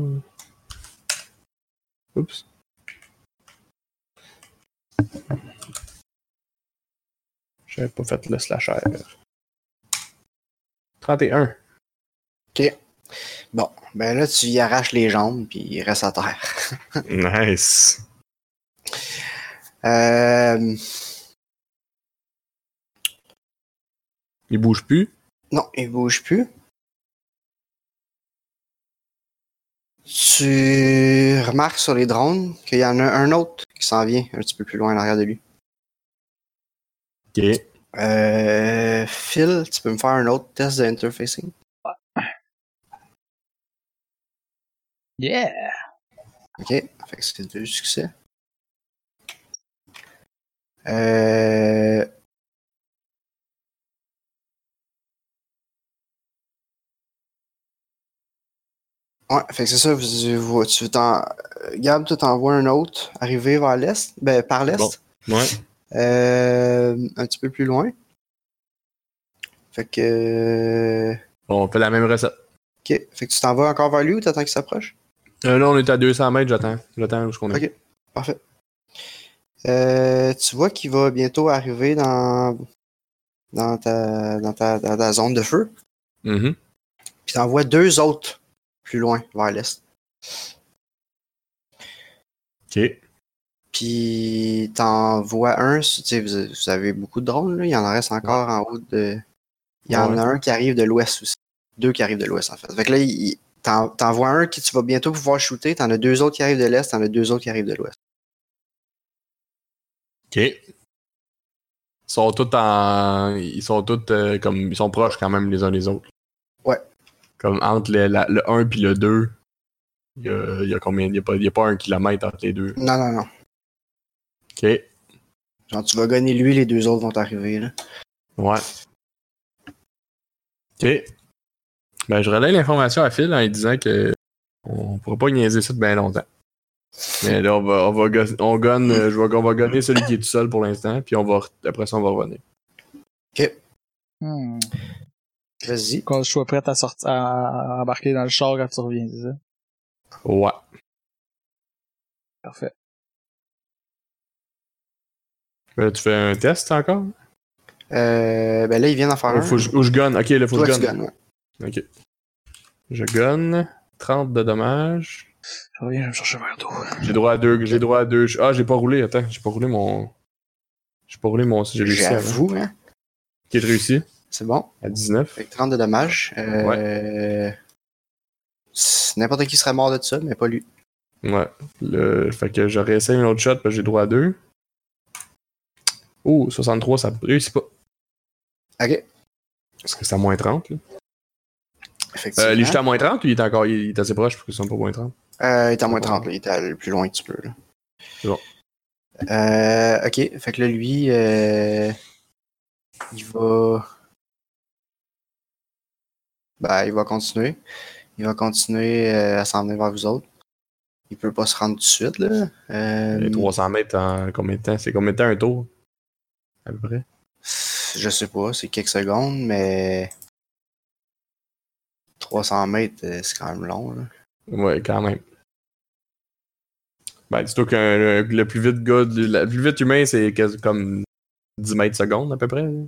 Oups. J'avais pas fait le slasher. 31. Bon, ben là, tu y arraches les jambes, puis il reste à terre. Nice. Euh... Il bouge plus. Non, il bouge plus. Tu remarques sur les drones qu'il y en a un autre qui s'en vient un petit peu plus loin à l'arrière de lui. Ok. Euh, Phil, tu peux me faire un autre test d'interfacing? Yeah! Ok, fait que c'est deux succès. Euh... Ouais, fait que c'est ça, vous, vous- tu t'en... Gab, tu t'envoies un autre arrivé vers l'est, ben par l'est, Bon. Ouais. euh, un petit peu plus loin. Fait que... On fait la même recette. Ok, fait que tu t'en vas encore vers lui ou t'attends qu'il s'approche? Euh, là, on est à 200 mètres, j'attends. J'attends où est-ce qu'on est. Ok. Parfait. Euh, tu vois qu'il va bientôt arriver dans, dans, ta, dans, ta, dans ta zone de feu. Mhm. Puis t'en vois deux autres plus loin, vers l'est. Ok. Puis t'en vois un, tu sais, vous, vous avez beaucoup de drones, là. il y en reste encore en haut de... Il y en Ouais. a un qui arrive de l'ouest aussi. Deux qui arrivent de l'ouest, en fait. Fait que là, il- t'en t'en vois un qui tu vas bientôt pouvoir shooter, t'en as deux autres qui arrivent de l'est, t'en as deux autres qui arrivent de l'ouest. Ok. Ils sont tous en. Ils sont tous euh, comme. Ils sont proches quand même les uns des autres. Ouais. Comme entre le, la- le 1 puis le 2, il y a, il y a combien Il n'y a, pas- il y a pas un kilomètre entre les deux. Non, non, non. Ok. Genre, tu vas gagner lui, les deux autres vont arriver, là. Ouais. Ok. Ben, je relais l'information à Phil en lui disant que on pourra pas niaiser ça de bien longtemps. Mais là, on va, on va go- on gonne, euh, je vois qu'on va gonner celui qui est tout seul pour l'instant, puis on va, re- après ça, on va revenir. Hmm. Vas-y. Quand je sois prête à sortir, à embarquer dans le char quand tu reviens, c'est ça? Ouais. Parfait. Ben, tu fais un test encore? Euh, ben là, il vient d'en faire Ou un. faut, que je- ou je gonne? Ok, là, faut Toi, que tu je gonne. gagnes, ouais. Ok. Je gonne. 30 de dommages. Je reviens, je vais me chercher un verre d'eau. J'ai droit à deux. J'ai droit à deux. Ah, j'ai pas roulé. Attends, j'ai pas roulé mon. J'ai pas roulé mon. J'ai réussi à. Qui J'avoue, hein. est réussi C'est bon. à 19. Fait que 30 de dommages. Euh, c'est- N'importe qui serait mort de ça, mais pas lui. Ouais. Le... Fait que je réessaye une autre shot, parce que j'ai droit à deux. Oh, 63, ça réussit pas. Ok. Parce que c'est à moins 30. Là. Effectivement. Euh, il est juste à moins 30 ou il est encore il est assez proche parce qu'ils sont pas moins 30? Euh, il est à moins 30, là. il est à- le plus loin que tu peux. là. C'est bon. Euh, ok, fait que là, lui, euh, il va. Ben, il va continuer. Il va continuer euh, à s'en venir vers vous autres. Il peut pas se rendre tout de suite, là. Euh, Les 300 mètres en combien de temps? C'est combien de temps un tour? À peu près. Je sais pas, c'est quelques secondes, mais 300 mètres, euh, c'est quand même long. Là. Ouais, quand même. Ben, dis-toi que le, le plus vite gars, du- le plus vite humain, c'est quasi comme 10 mètres secondes à peu près. là.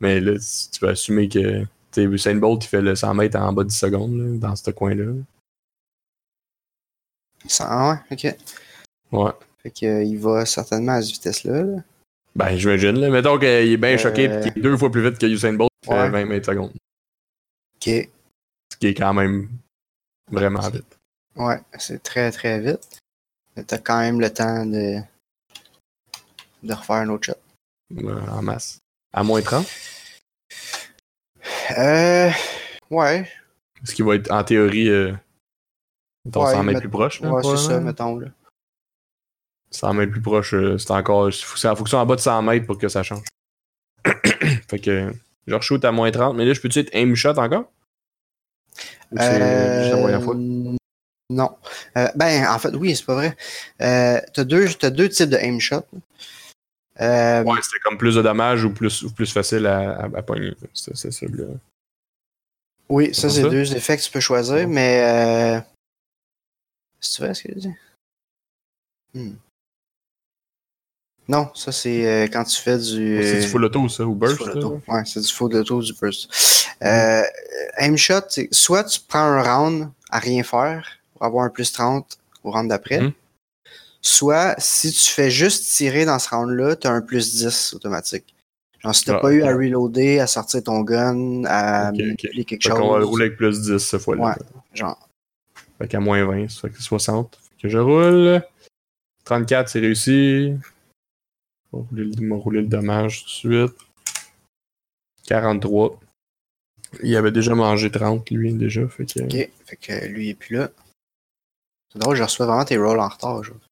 Mais là, si tu peux assumer que. Tu sais, Usain Bolt, il fait le 100 mètres en bas de 10 secondes, là, dans ce coin-là. Ça- ah ouais, ok. Ouais. Fait que, euh, il va certainement à cette vitesse-là. là. Ben, j'imagine, là. Mettons qu'il est bien Euh, choqué pis qu'il est deux fois plus vite que Usain Bolt, il fait Ouais. 20 mètres secondes. Ok, Ce qui est quand même vraiment vite. ouais, c'est très très vite. Mais T'as quand même le temps de, de refaire un autre shot. euh, en masse. À moins 30. Euh, ouais, Ce qui va être, en théorie, euh, mettons, Ouais, 100 mètres mais- plus proche. là, ouais c'est ça, probablement. mettons. Là. 100 mètres plus proche, euh, c'est encore. Il faut, que ça- faut que ce soit en bas de 100 mètres pour que ça change. fait que. Genre, shoot à moins 30, mais là, je peux-tu être aim shot encore? Ou c'est juste la Euh, première fois? Non. Euh, ben, en fait, oui, c'est pas vrai. Euh, t'as deux, t'as deux types de aim shot. Euh, Ouais, c'était comme plus de dommages ou plus, ou plus facile à, à, à pogner. C'est c'est celui-là. Oui, ça, Comme c'est ça? deux effets que tu peux choisir, Ouais. mais. Euh... C'est vrai ce que je dis? Hmm. Non, ça, c'est euh, quand tu fais du. Ah, C'est du euh, full auto, ça, ou du burst. full ça? auto. Ouais, c'est du full auto, du burst. Euh, aim shot, c'est soit tu prends un round à rien faire pour avoir un plus 30 au round d'après, Mhm. soit si tu fais juste tirer dans ce round-là, tu as un plus 10 automatique. Genre, si t'as Ah, pas eu à ok. reloader, à sortir ton gun, à Ok, ok. manipuler quelque Fait chose. qu'on va rouler avec plus 10 cette fois-là. Ouais. genre. Fait qu'à moins 20, ça fait que 60. Fait que je roule. 34, c'est réussi. On va rouler le- on va rouler le dommage tout de suite. 43. Il avait déjà mangé 30, lui, déjà. Fait que... Ok, fait que lui il est plus là. C'est drôle, je reçois vraiment tes rolls en retard aujourd'hui.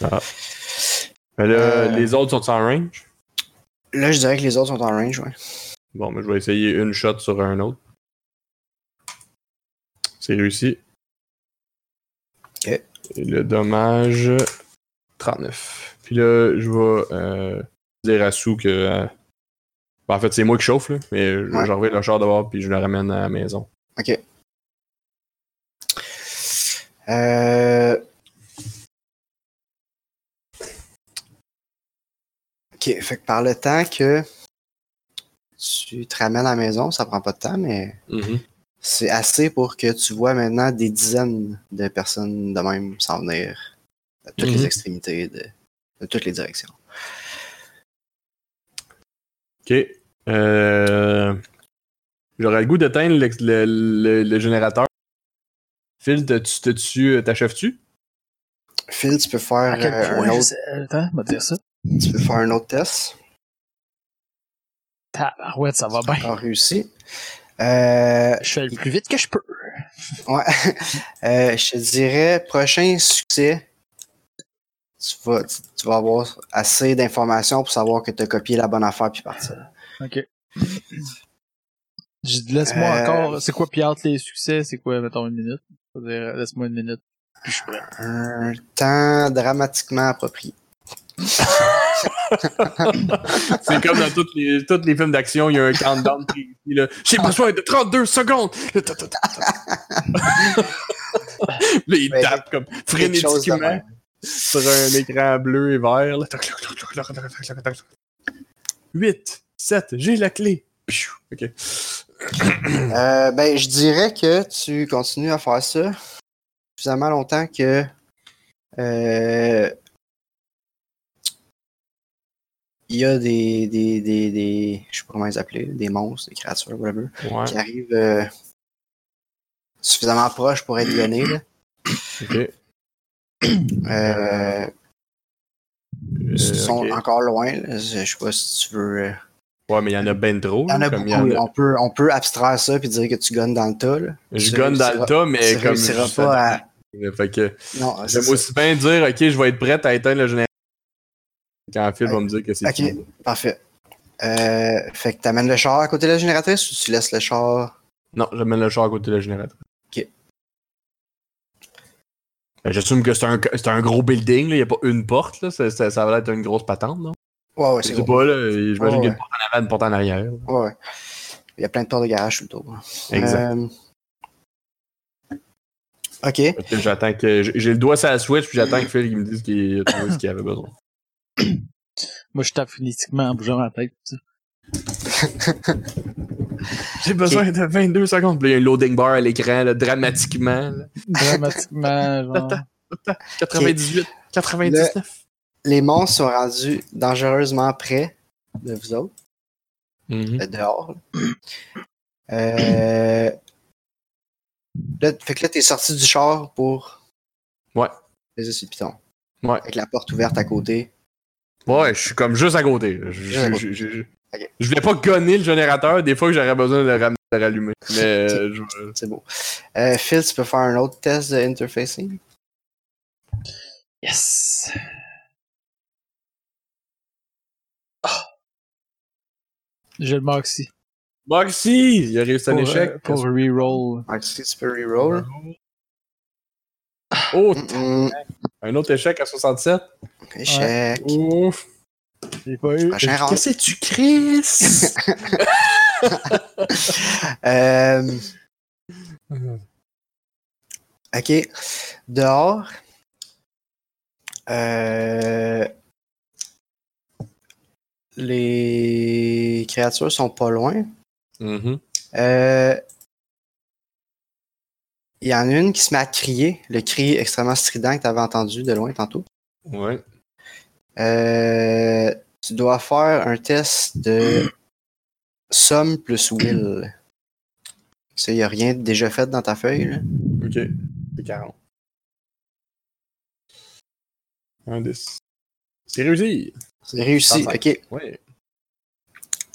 Mais là, Euh. les autres sont en range. Là, je dirais que les autres sont en range, ouais. Bon, mais je vais essayer une shot sur un autre. C'est réussi. Ok. Et le dommage, 39. Puis là, je vais euh, dire à Sou que. euh, ben, en fait, c'est moi qui chauffe, là, mais je- Ouais. je reviens le char dehors puis je le ramène à la maison. Euh... Ok, fait que par le temps que tu te ramènes à la maison, ça prend pas de temps, mais c'est assez pour que tu vois maintenant des dizaines de personnes de même s'en venir de toutes Mhm. les extrémités, de, de toutes les directions. Ok. Euh, J'aurais le goût d'éteindre le, le- le- le générateur. Phil, te- tu- te- tu- t'achèves-tu? Phil, tu peux faire, À quel euh, point un, je autre, sais... Attends, on va dire ça. tu peux faire un autre test. Tabarouette, ça va bien. Encore réussi. Euh, Je fais le plus vite que je peux. Ouais. Euh, je te dirais, prochain succès, tu vas, tu, tu vas avoir assez d'informations pour savoir que tu as copié la bonne affaire puis partir. Ok. Je- Laisse-moi Euh. encore. C'est quoi, puis entre les succès, c'est quoi, mettons une minute? C'est-à-dire, Laisse-moi une minute. Puis je suis prêt. Un temps dramatiquement approprié. C'est comme dans tous les, tous les films d'action, il y a un countdown qui qui, là, j'ai besoin de 32 secondes. Là, ta, ta, ta, ta. Là, il Mais tape comme Quelque chose de frénétiquement même. sur un écran bleu et vert. 8, 7, j'ai la clé. Piou. Ok. Euh, ben, je dirais que tu continues à faire ça suffisamment longtemps que euh, il y a des, des, des, des, je sais pas comment les appeler, des monstres, des créatures, whatever, Ouais, qui arrive euh, suffisamment proche pour être donné. là. ok. Euh, Euh, ils sont ok. encore loin. là. Je sais pas si tu veux. euh, Ouais, mais il y en a ben trop. Il y en a comme beaucoup. hein. il y en a- On, peut, on peut abstraire ça et dire que tu gonnes dans le tas. Là. Je Tu gonne dans le réussiras- tas, mais tu comme. réussiras je- pas à. Fait que. Non, Ah, c'est J'aime aussi bien dire, ok, je vais être prête à éteindre le générateur. Quand Phil va me dire que c'est Ok. fini. ça. Parfait. Euh, fait que t'amènes le char à côté de la génératrice ou tu laisses le char. Non, j'amène le char à côté de la générateur. Ok. Ben, J'assume que c'est un, c'est un gros building, il n'y a pas une porte, là. Ça, ça, ça va être une grosse patente, non? Ouais, ouais, Je Ah, c'est sais gros. pas, là. J'imagine Ouais, qu'il y a ouais. une porte en avant, une porte en arrière. Ouais, ouais. Il y a plein de portes de garage tout le tour. Exact. Euh, Ok. Fait que J'attends que. J'ai j'ai le doigt sur la Switch, puis j'attends que Phil il me dise qu'il a trouvé ce qu'il avait besoin. Moi, je tape phonétiquement en bougeant la tête. tu sais. J'ai besoin de 22 secondes. Puis là, il y a un loading bar à l'écran, là, dramatiquement. là. Dramatiquement, genre. 98, 99. les monstres sont rendus dangereusement près de vous autres, Mhm. euh, dehors. là. Euh, là, fait que là, t'es sorti du char pour Ouais. les essuies de piton. Ouais. Avec la porte ouverte à côté. Ouais, je suis comme juste à côté. là. Je, à je, côté. je- je- je- Ok. je voulais pas gonner le générateur. Des fois que j'aurais besoin de le ramener, de le rallumer. Mais euh, je, C'est beau. Euh, Phil, tu peux faire un autre test de interfacing? Yes! Ah. J'ai le marque ici. Moxie! Il a réussi un Pour, échec. euh, pour reroll. Ah, si tu peux reroll. Oh, Mm-mm. un autre échec à 67. Échec. Ouf! J'ai pas eu. Prochain round. Qu'est-ce que tu crisses? Euh, OK. Dehors, euh, les créatures sont pas loin. Mhm. Euh, Il y en a une qui se met à crier, le cri extrêmement strident que tu avais entendu de loin tantôt. Ouais. Euh, tu dois faire un test de somme plus will. Ça, il n'y a rien de déjà fait dans ta feuille. là. Ok. C'est 40. Un 10. C'est réussi! C'est réussi. Parfait. Ok. Ouais.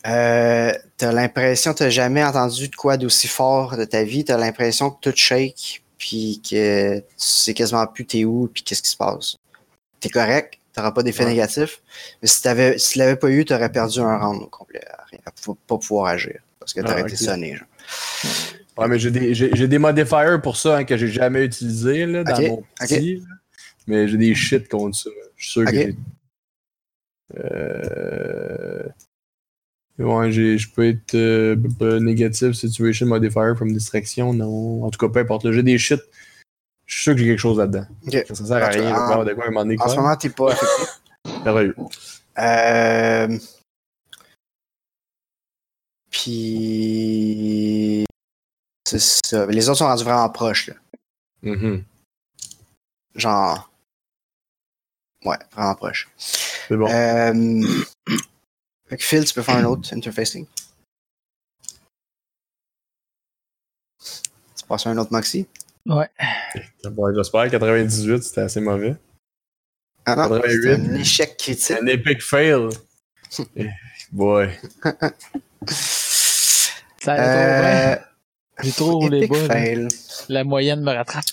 Euh, t'as l'impression, t'as jamais entendu de quoi d'aussi fort de ta vie. T'as l'impression que tout shake, puis que tu sais quasiment plus t'es où, puis qu'est-ce qui se passe. T'es correct, t'auras pas d'effet Ouais. négatif. Mais si t'avais, si tu l'avais pas eu, t'aurais perdu un round au complet. à rien- à pou- pas pouvoir agir. Parce que t'aurais Ah, été ok. sonné. genre. Ouais, mais j'ai des, j'ai, j'ai des modifiers pour ça hein, que j'ai jamais utilisés là, dans Ok, mon petit. là. Mais j'ai des shit contre ça. Je suis sûr Ok. que j'ai. Euh... Ouais, j'ai, je peux être euh, b- b- négatif, situation modifier from distraction, non. En tout cas, peu importe. là, j'ai des shit. Je suis sûr que j'ai quelque chose là-dedans. Ok. Ça sert à En tout rien. cas, de voir de quoi à un moment donné, En ce quoi. moment, t'es pas affecté. Merveilleux. Euh... Puis. C'est ça. Les autres sont rendus vraiment proches, là. Mhm. Genre. Ouais, vraiment proche. C'est bon. Euh... Fait que Phil, tu peux faire un autre interfacing. Tu passes un autre maxi. Euh. Bon, j'espère. 98, c'était assez mauvais. Ah non, Faudrait c'est huit. un échec critique. Un epic fail. Eh, Boy. Ça tombe bien. Euh, J'ai trop roulé epic bas. là. fail. La moyenne me rattrape.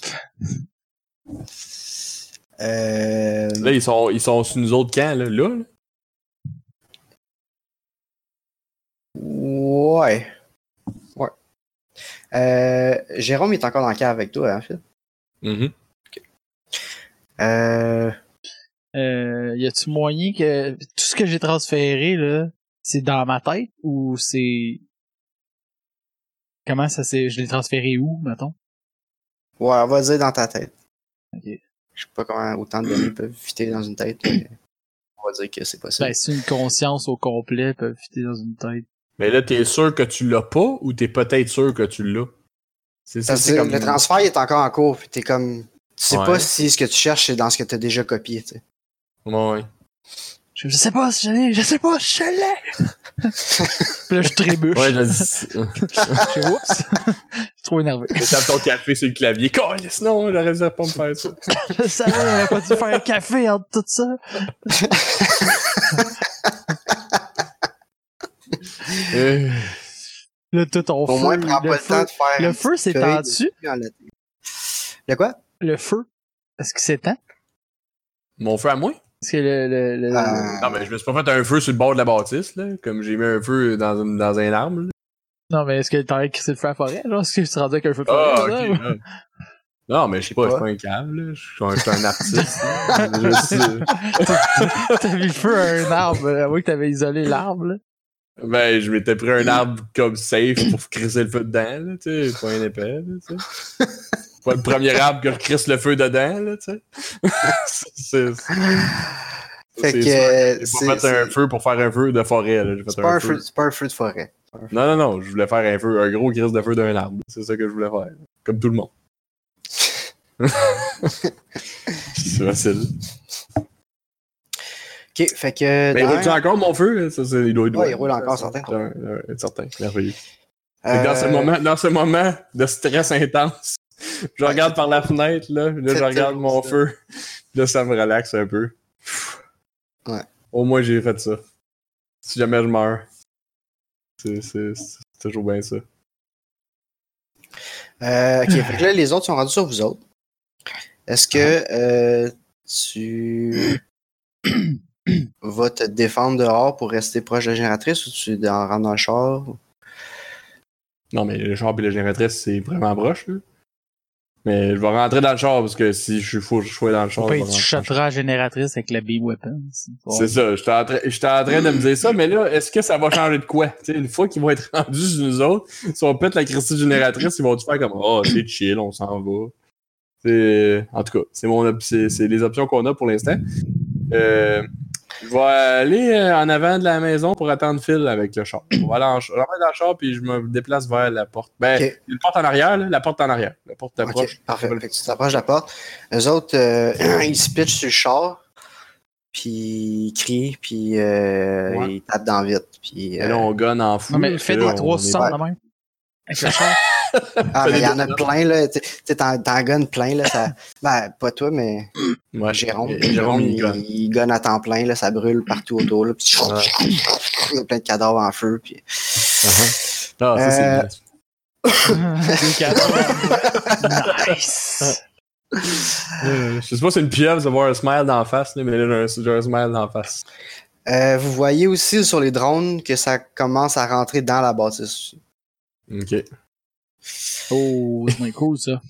Euh, Là, ils sont, ils sont sur nous autres camps, là. là, là. Ouais. Ouais. Euh, Jérôme est encore dans le cas avec toi, hein, Phil? Mhm. Euh, Euh, y a-tu moyen que tout ce que j'ai transféré là, c'est dans ma tête ou c'est comment ça s'est je l'ai transféré où mettons ouais, on va dire dans ta tête. Ok. Je sais pas comment autant de données peuvent fitter dans une tête, mais on va dire que c'est possible. Ben si une conscience au complet peut fitter dans une tête. Mais là, t'es sûr que tu l'as pas ou t'es peut-être sûr que tu l'as? C'est Ça, c'est- Le transfert il est encore en cours, puis t'es comme. Tu sais Ouais. pas si ce que tu cherches, c'est dans ce que t'as déjà copié, tu sais. Ouais. Je, je sais pas si je l'ai, je sais pas si je l'ai. Puis là je trébuche. Ouais, je dis. Je fais, Oups. je suis trop énervé. Tu tapes ton café sur le clavier. Calisse, non, j'aurais dû pas me faire ça. Je savais, j'aurais pas dû faire un café entre tout ça. Euh, Là tout on Au feu. moins, prends le pas le feu- temps de faire. le une feu petite s'étend feuille de- dessus? Le quoi? Le feu. Est-ce qu'il s'étend Mon feu à moi? Est-ce que le, le, le- Euh, Non, mais je me suis pas fait un feu sur le bord de la bâtisse, là. Comme j'ai mis un feu dans, une- dans un arbre, là. Non, mais est-ce que t'as crissé le feu à la forêt? Genre, est-ce que tu te rendais avec un feu de forêt? Ah, là, ok. ou- là. Non, mais je sais pas, je suis pas un câble, là. Je suis un, je suis un artiste. là. Je suis- T'as mis le feu à un arbre. euh, Avouez que t'avais isolé l'arbre, là. Ben, je m'étais pris un arbre comme safe pour crisser le feu dedans, là, tu sais, pas un épais, là, tu sais. Pas le premier arbre que je crisse le feu dedans, là, tu sais. c'est, c'est- Fait c'est que. sûr euh, que J'ai pas c'est- fait un c'est- feu pour faire un feu de forêt, là. J'ai C'est fait pas un un feu. feu- c'est pas un feu de forêt. Non, non, non, je voulais faire un feu, un gros crisse de feu d'un arbre. C'est ça que je voulais faire. Comme tout le monde. c'est facile. Ok, fait que. Mais il dans- roule encore mon feu, là? Ça, c'est, il doit, doit- Ouais, il roule encore, certain. C'est un- un- certain, merveilleux. Fait que Dans, ce Euh, moment, dans ce moment de stress intense, je Ouais, regarde c'est- par la fenêtre, là, puis là je c'est regarde tellement mon ça. feu. Là, ça me relaxe un peu. Ouais. Au moins, j'ai fait ça. Si jamais je meurs, c'est c'est- c'est toujours bien ça. Euh, ok, fait que là, les autres sont rendus sur vous autres. Est-ce que euh, Uh-huh. tu vas te défendre dehors pour rester proche de la génératrice ou tu en rentres dans le char? ou- Non, mais le char et la génératrice, c'est vraiment proche. là. Mais je vais rentrer dans le char parce que si je suis fou, je suis dans le char. Au je vais pire, tu rentrer dans le char. shotteras la génératrice avec la B-Weapon. C'est ça, j'étais en, train- j'étais en train de me dire ça, mais là, est-ce que ça va changer de quoi? Tu sais, une fois qu'ils vont être rendus chez nous autres, si on pète la crise génératrice, ils vont tout faire comme Oh, c'est chill, on s'en va. C'est- En tout cas, c'est mon op- c'est c'est les options qu'on a pour l'instant. Euh, je vais aller euh, en avant de la maison pour attendre Phil avec le char. On va aller en ch- je rentre dans le char puis je me déplace vers la porte. Ben, Ok. une porte en arrière, là, la porte en arrière. La porte Ok, t'approche. parfait. Fait que tu t'approches de la porte. Eux autres, euh, ils se pitchent sur le char, puis ils crient, puis euh, Ouais. ils tapent dans vite. Puis, Et Là, euh, on gonne en fou. Non, mais parce que fais là, des on est- 360 de même. Avec le char. Ah, mais il y en a plein, là. Tu sais, t'en t'en gonnes plein, là. Ça... Ben, pas toi, mais Ouais. Jérôme. Et Jérôme, il gagne. il gonne à temps plein, là. Ça brûle partout autour, là. Puis... Ouais. Il y a plein de cadavres en feu, puis... Uh-huh. Ah, ça, c'est Euh, bien. Une quatre. nice. Euh, Je sais pas si c'est une pieuvre d'avoir un smile d'en face, là, mais là, j'ai un, j'ai un smile d'en face. Euh, vous voyez aussi sur les drones que ça commence à rentrer dans la bâtisse. Ok. Oh, c'est moins cool, ça.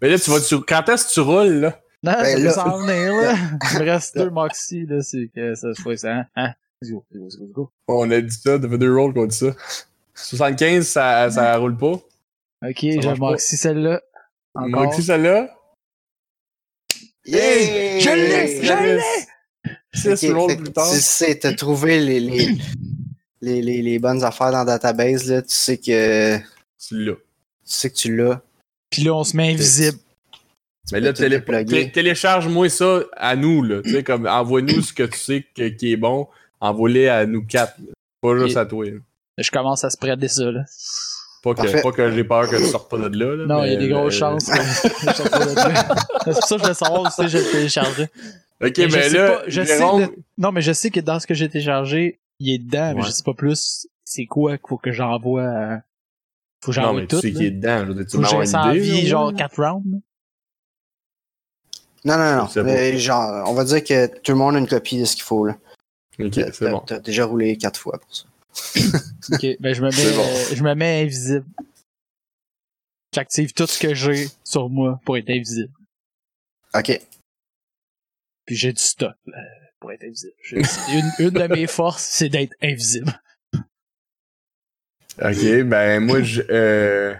Mais là, tu vas tu- quand est-ce que tu roules, là? Non, ça Ben peut là- s'en venir, là. Il me reste deux moxie, là, c'est que ça se fait ça. Hein? hein. Let's go, let's go, let's go, let's go. On a dit ça, ça fait deux rolls qu'on dit ça. 75, ça, ça roule pas. Ok, marche je pas. moxie celle-là. Moi Encore. aussi, celle-là. Yay! Je l'ai, je l'ai! 6 Ok, rolls fait que plus tard. Tu sais, t'as trouvé les, les, les, les, les bonnes affaires dans le database, là. Tu sais que tu Tu l'as. sais que tu l'as. Puis là, on se met invisible. Mais là, peux tout télé- déploguer. té- télécharge-moi ça à nous, là. Tu sais, comme, envoie-nous ce que tu sais que- qui est bon. Envoie-les à nous quatre. là. Pas juste Et- à toi. là. Je commence à spreader ça, là. Pas que, Parfait. pas que j'ai peur que tu sortes pas de là. là, Non, il y a mais- des grosses mais- chances. que je sorte pas de là. C'est pour ça que je voulais savoir si je le téléchargeais. Ok, Mais je mais, sais là, pas- je sais Jérôme, de- Non, mais je sais que dans ce que j'ai téléchargé, il est dedans, mais Ouais. je sais pas plus c'est quoi qu'il faut que j'envoie. à- Faut que non, j'envoie mais tu tout. sais là. qui est dedans. Je veux dire, tu Faut que m'as j'ai ça en une idée. vie, là, genre ouais. 4 rounds. Non, non, C'est non. beau. Euh, genre, on va dire que tout le monde a une copie de ce qu'il faut, là. Ok, T'as- c'est bon. T'as déjà roulé quatre fois pour ça. Ok, ben je me mets, C'est bon. euh, je me mets invisible. J'active tout ce que j'ai sur moi pour être invisible. Ok. Puis j'ai du stock là, pour être invisible. J'ai- une, une de mes forces, c'est d'être invisible. Ok, ben moi, je, euh,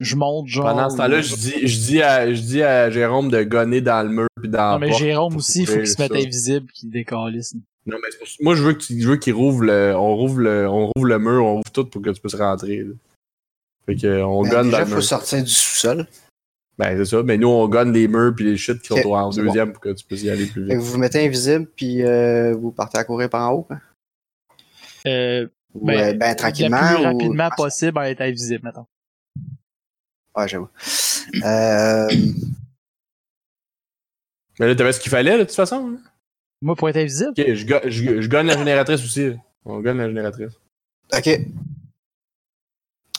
Je monte genre. pendant ce temps-là, je dis, je, dis à, je dis à Jérôme de gonner dans le mur puis dans Non, la mais porte. Jérôme aussi, faut couvrir qu'il se mette ça. invisible, qu'il décalisse. Non, mais c'est pour ça- moi, je veux que tu- je veux qu'il rouvre le, on rouvre le, on rouvre le mur, on rouvre tout pour que tu puisses rentrer. là. Fait que, euh, on Ben, gonne dans déjà, le faut mur. sortir du sous-sol. Ben, c'est ça. Mais nous, on gonne les murs puis les shit qui Ok, sont en c'est deuxième pour que tu puisses y aller plus Fait que vite. vous vous mettez invisible, puis euh, vous partez à courir par en haut, quoi. Euh, Ou, Ben, euh, ben, le tranquillement. plus ou- rapidement possible à être invisible, maintenant. Ouais, Ah, j'avoue. Euh, Mais là, t'avais ce qu'il fallait, là, de toute façon. hein? là. Moi, pour être invisible, Ok, je, go- je, je gonne la génératrice aussi. là. On gonne la génératrice. ok.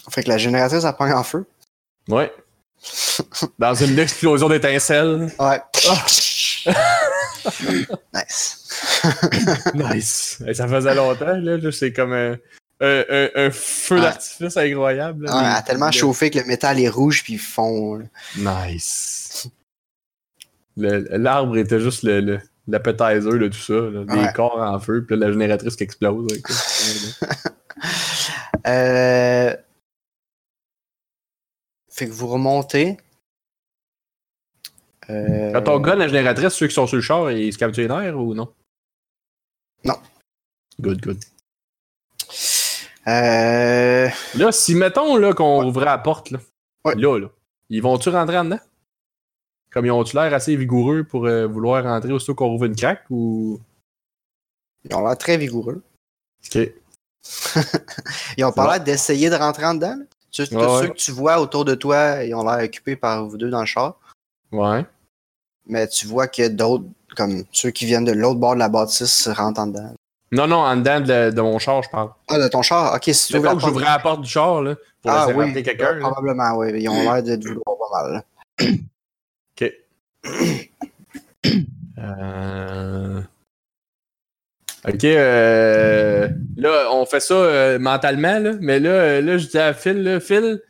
Fait que la génératrice, elle prend en feu. Ouais. Dans une explosion d'étincelles. Ouais. nice. Nice. Et ça faisait longtemps, là. là, c'est comme un, un- un- un feu Ouais. d'artifice incroyable. Ouais, là. Ah, elle Les- a tellement les- chauffé que le métal est rouge puis ils fond. là. Nice. Le- L'arbre était juste le, le, l'appetizer de tout ça. là. Des Ouais. corps en feu, puis là, la génératrice qui explose. là, quoi. Euh... Fait que vous remontez. Euh, Quand on gonne la génératrice, ceux qui sont sur le char, ils se capturent les nerfs ou non? Non. Good, good. euh, Là, si mettons là, qu'on ouvrait la porte, là, Ouais. là, là, ils vont-tu rentrer en dedans? Comme ils ont-tu l'air assez vigoureux pour euh, vouloir rentrer aussitôt qu'on ouvre une craque ou. Ils ont l'air très vigoureux. Ok. Ils ont Ouais. pas l'air d'essayer de rentrer en dedans. là. Tous, tous Ouais, ouais. ceux que tu vois autour de toi, ils ont l'air occupés par vous deux dans le char. Ouais. Mais tu vois que d'autres, comme ceux qui viennent de l'autre bord de la bâtisse, rentrent en dedans. Non, non, en dedans de, la- de mon char, je parle. Ah, de ton char? Ok, si tu Mettons ouvres la que porte- j'ouvrais la porte du char là, pour Ah laisser oui, rentrer quelqu'un. là. Probablement, oui. Ils ont l'air de te vouloir pas mal. là. Ok. Euh, Ok, euh, là, on fait ça euh, mentalement, là, mais là, euh, là, je dis à Phil, là, Phil,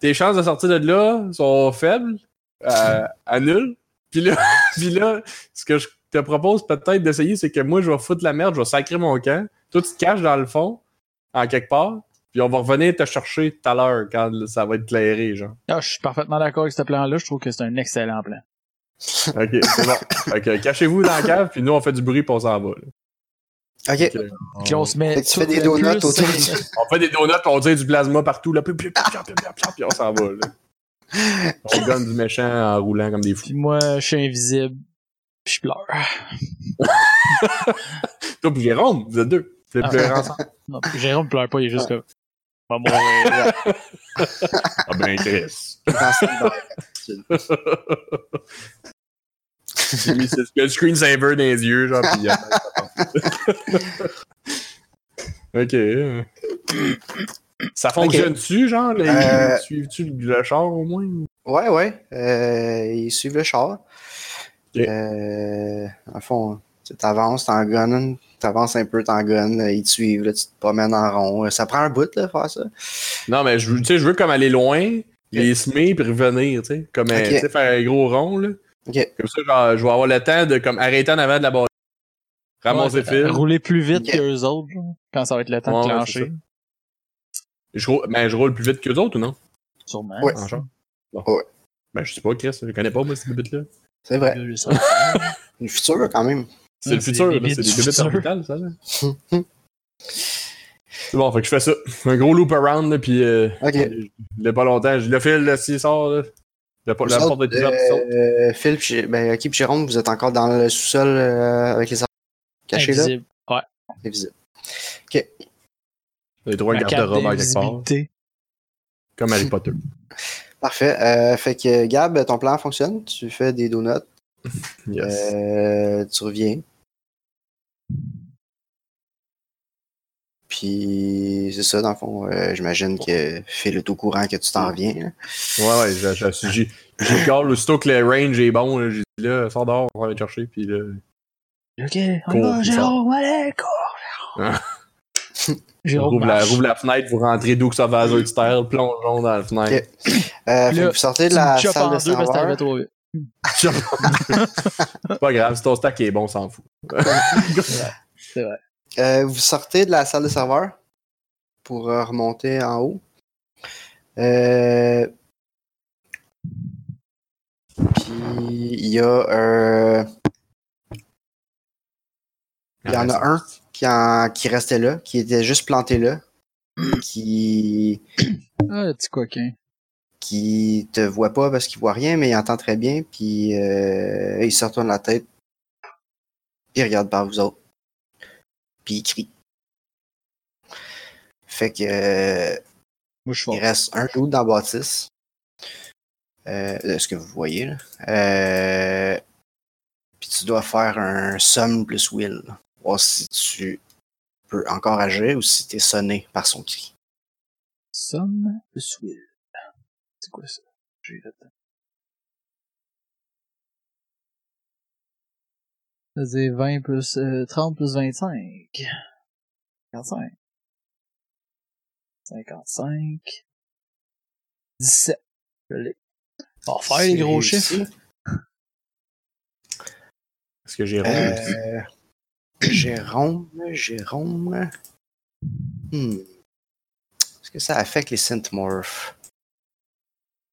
tes chances de sortir de là sont faibles, euh, à nul. Puis là, puis là, ce que je te propose peut-être d'essayer, c'est que moi, je vais foutre la merde, je vais sacrer mon camp. Toi, tu te caches dans le fond, en quelque part, puis on va revenir te chercher tout à l'heure quand ça va être clairé, genre. ah, je suis parfaitement d'accord avec ce plan-là. Je trouve que c'est un excellent plan. Ok, c'est bon. Ok, cachez-vous dans la cave, puis nous, on fait du bruit, puis on s'en va. là. Ok. Fait que, Puis là, on on, se met. Fait que tu fais des le donuts plus, autour c'est- du- on fait des donuts, puis on tire du plasma partout, là, puis, puis, puis, puis, puis, puis, puis, puis on s'en va. là. On gagne du méchant en roulant comme des fous. Puis moi, je suis invisible. Puis je pleure. Toi, puis Jérôme, vous êtes deux. Vous êtes Ah. pleurer ensemble. Non, Jérôme pleure pas, il est juste comme. Pas mourir. Ah ben, Chris. Dans cette barre. J'ai mis ce- le screensaver dans les yeux, genre, pis il y a Ok. euh. Ça fonctionne-tu, genre? là, Euh, Suives-tu le le char au moins? Ouais, ouais. Euh, ils suivent le char. Ok. Euh, en fond, tu t'avances, t'en gunnes, t'avances un peu, t'en gunnes, euh, ils te suivent, là, tu te promènes en rond. Euh, Ça prend un bout, là, faire ça. Non, mais je veux, tu sais, je veux comme aller loin, les semer puis revenir, tu sais. Comme, euh, Ok. tu sais, faire un gros rond, là. Ok. Comme ça, genre, je vais avoir le temps de, comme, arrêter en avant de la barre. Ramasser Ouais, le fil. Rouler plus vite Yeah. que qu'eux autres, genre, quand ça va être le temps Ouais, de ouais, clencher. Je, roule- ben, je roule plus vite que les autres ou non? Sûrement. Ouais. En char? Bon. Ouais. Ben, je sais pas, Chris, je connais pas, moi, ces bibites-là. C'est vrai. Le futur, quand même. C'est le C'est futur, les là, mythes c'est des du débuts futur. orbitales, ça, là. C'est bon, fait que je fais ça. Un gros loop around, là, pis euh, Ok. il a pas longtemps. Je le file, là, s'il sort, là. La, po- Vous la autres, porte est ouverte, il saute. euh, Phil, puis Gé- ben, ok, puis Jérôme, vous êtes encore dans le sous-sol euh, avec les arbres cachés là. Invisible. C'est visible. Les trois Un cadre garde-robes à quelque part. d'invisibilité. Comme Harry Potter. Parfait. Euh, fait que Gab, ton plan fonctionne. Tu fais des donuts. Yes. Euh, tu reviens. Puis c'est ça, dans le fond, euh, j'imagine que Phil est au courant que tu t'en reviens. là. Ouais, ouais, j'ai- j'ai- j'ai j'ai call, aussitôt que le range est bon, là, j'ai dit, là, sors dehors, on va aller te chercher, pis là. Ok, on Cours, va, il Jérôme, allez, cours, Jérôme. Jérôme Rouvre la, marche. rouvre la fenêtre, vous rentrez d'où que ça va à Azure Style, plongeons dans la fenêtre. Euh, fait Là, que vous sortez de Tu me la choppes salle en de deux parce que t'arrivais serveur. trop vite. C'est pas grave, si ton stack est bon, on s'en fout. Euh, vous sortez de la salle de serveur pour euh, remonter en haut. Euh, Puis il y a euh, Il y en a un qui, en- qui restait là, qui était juste planté là, qui Ah, le petit coquin. qui te voit pas parce qu'il voit rien, mais il entend très bien, puis euh, il se retourne la tête, puis il regarde par vous autres, puis il crie. Fait que euh, Moi, je suis il fort. reste un jour dans la bâtisse. Euh, de ce que vous voyez là. Euh, puis tu dois faire un somme plus will. Voir si tu peux encore agir ou si t'es sonné par son cri. Somme plus will. C'est quoi ça? J'ai là Ça c'est 20 plus, euh, 30 plus 25. 55. 55. 17. Je l'ai. On va faire les C'est gros réussi. chiffres. Est-ce que j'ai roulé? Euh, Jérôme, Jérôme. Hmm. Est-ce que ça affecte les synthmorphs?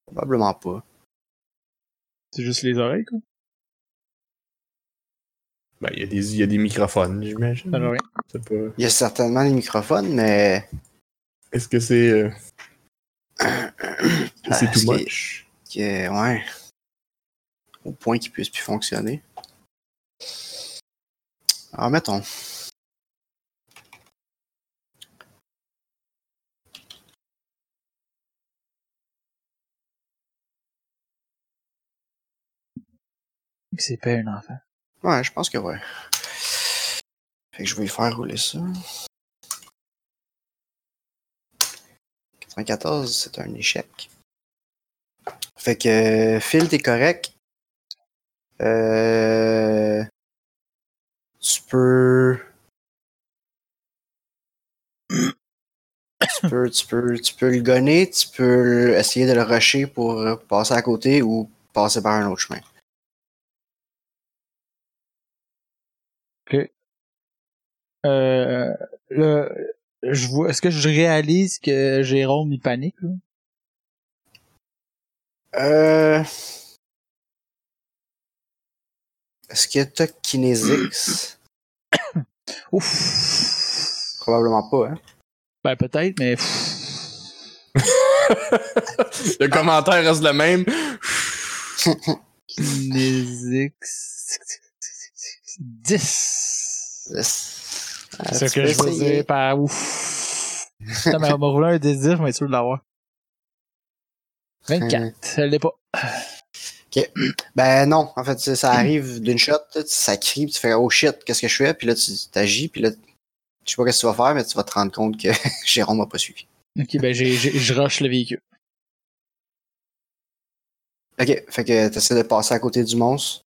Probablement pas. C'est juste les oreilles, quoi. Ben, il y, a des- il y a des microphones, j'imagine. Ça va rien. C'est pas- Il y a certainement les microphones, mais. Est-ce que c'est. euh, c'est Ah, too ce qui- much? que- ouais. Au point qu'ils puissent plus fonctionner. Alors, mettons. C'est pas un enfant. Ouais, je pense que ouais. Fait que je vais lui faire rouler ça. 94, c'est un échec. Fait que euh, Phil, t'es correct. Euh, tu peux. Tu peux, tu peux, tu peux le gonner, tu peux le- essayer de le rusher pour euh, passer à côté ou passer par un autre chemin. Euh, là, je vois, est-ce que je réalise que Jérôme, il panique, là? Euh... Est-ce que t'as kinésix? Ouf! Probablement pas, hein? Ben, peut-être, mais. pff, Le commentaire reste le même. Kinésix. 10. Yes. Ah, C'est ce tu que peux je veux essayer. dire par ouf. Putain, mais on m'a roulé un désir, je vais être sûr de l'avoir. 24. Elle l'est pas. Ok. Ben non, en fait, ça ça arrive d'une shot, là, tu- ça crie, puis tu fais oh shit, qu'est-ce que je fais? Puis là, tu t'agis, puis là, je sais pas qu'est-ce que tu vas faire, mais tu vas te rendre compte que Jérôme m'a pas suivi. Ok, ben j'ai, j'ai- je rush le véhicule. Ok, fait que t'essaies de passer à côté du monstre.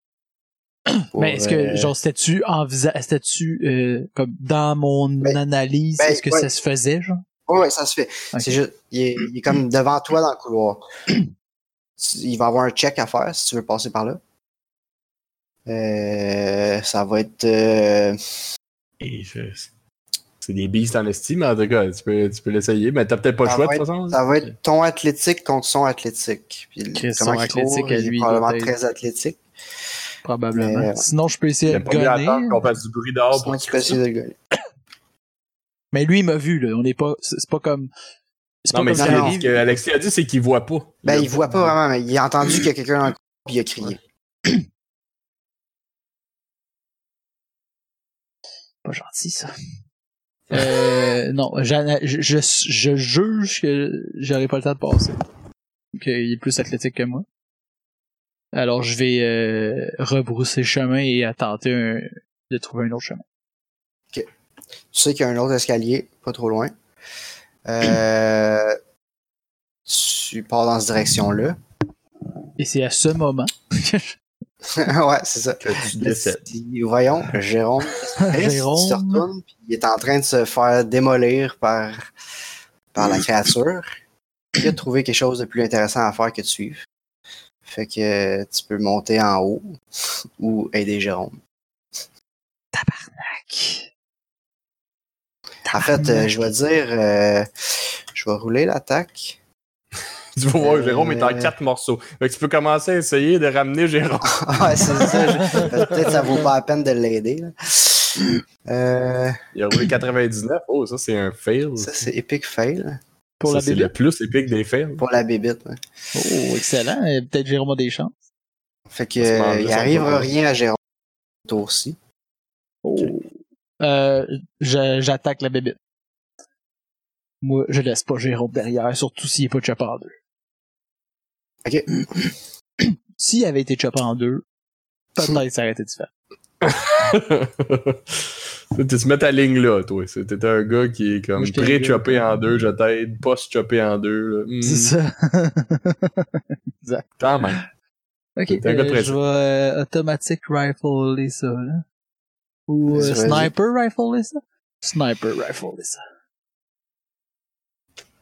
Pour, mais est-ce euh, que, genre, c'était-tu envisa... c'était-tu, euh, comme, dans mon Ben, analyse, ben, est-ce que ouais. ça se faisait, genre? Ouais, ouais, ça se fait. Ok. C'est juste, il est, il est comme devant toi dans le couloir. Tu- il va avoir un check à faire si tu veux passer par là. Euh, ça va être. euh, Et je- C'est des beasts en estime, mais en tout cas, tu peux, tu peux l'essayer, mais t'as peut-être pas le Ça choix de va toute façon. ça va être ton athlétique contre son athlétique. Puis Chris, comment son qu'il court, athlétique à il est lui, doit probablement être- très athlétique. Probablement. Mais, euh, Sinon, je peux essayer de Il pas mieux à attendre gonner. qu'on fasse du bruit dehors pour Sinon, tu peux essayer de le gagner. Mais lui, il m'a vu, là. On n'est pas, c'est c'est pas comme, c'est Non, pas mais comme ça ce si- que- ce arrive. que Alexis a dit, c'est qu'il voit pas. Ben, il voit pas vraiment, mais il a entendu qu'il y a quelqu'un dans le couloir, puis il a crié. Pas gentil, ça. Euh, non, j'ana- je, je, je juge que j'aurais pas le temps de passer. Qu'il est plus athlétique que moi. Alors, je vais euh, rebrousser chemin et à tenter un- de trouver un autre chemin. Tu sais qu'il y a un autre escalier, pas trop loin. Euh, tu pars dans cette direction-là. Et c'est à ce moment ouais, c'est ça. Que tu décèdes. Puis, voyons, Jérôme, qu'est-ce qui se passe? Il se Jérôme. retourne, puis il est en train de se faire démolir par, par la créature. Il a trouvé quelque chose de plus intéressant à faire que de suivre. Fait que tu peux monter en haut ou aider Jérôme. En fait, euh, je vais dire, euh, je vais rouler l'attaque. Tu vas voir, Jérôme est en Euh. quatre morceaux. Fait que tu peux commencer à essayer de ramener Jérôme. Ah, ouais, c'est ça. je- Peut-être que ça vaut pas la peine de l'aider. là. Euh, Il a roulé 99. Oh, ça, c'est un fail. ça, c'est Epic Fail pour Ça, la c'est bébé. le plus épique des fails. pour la bébite. hein. ouais. Oh, excellent. Et Peut-être Jérôme a des chances. Fait que, Ça se mange, euh, il ça, n'arrivera ça. rien à Jérôme ce tour-ci. Oh. Euh, je- j'attaque la bébé. Moi, je laisse pas Jérôme derrière, surtout s'il est pas chopper en deux. Ok. S'il avait été chopper en deux, peut-être ça aurait été différent. tu te mets ta ligne là, toi. C'est- T'es un gars qui est Moi, comme j'étais pré-choppé en deux, je t'aide, post-choppé en deux. là. Hmm, C'est ça. Quand même. ok, T'es un gars euh, pressé. je vais euh, automatic rifle ça, là. Ou euh, Vas-y, vas-y. sniper rifle ça? Sniper rifle ça.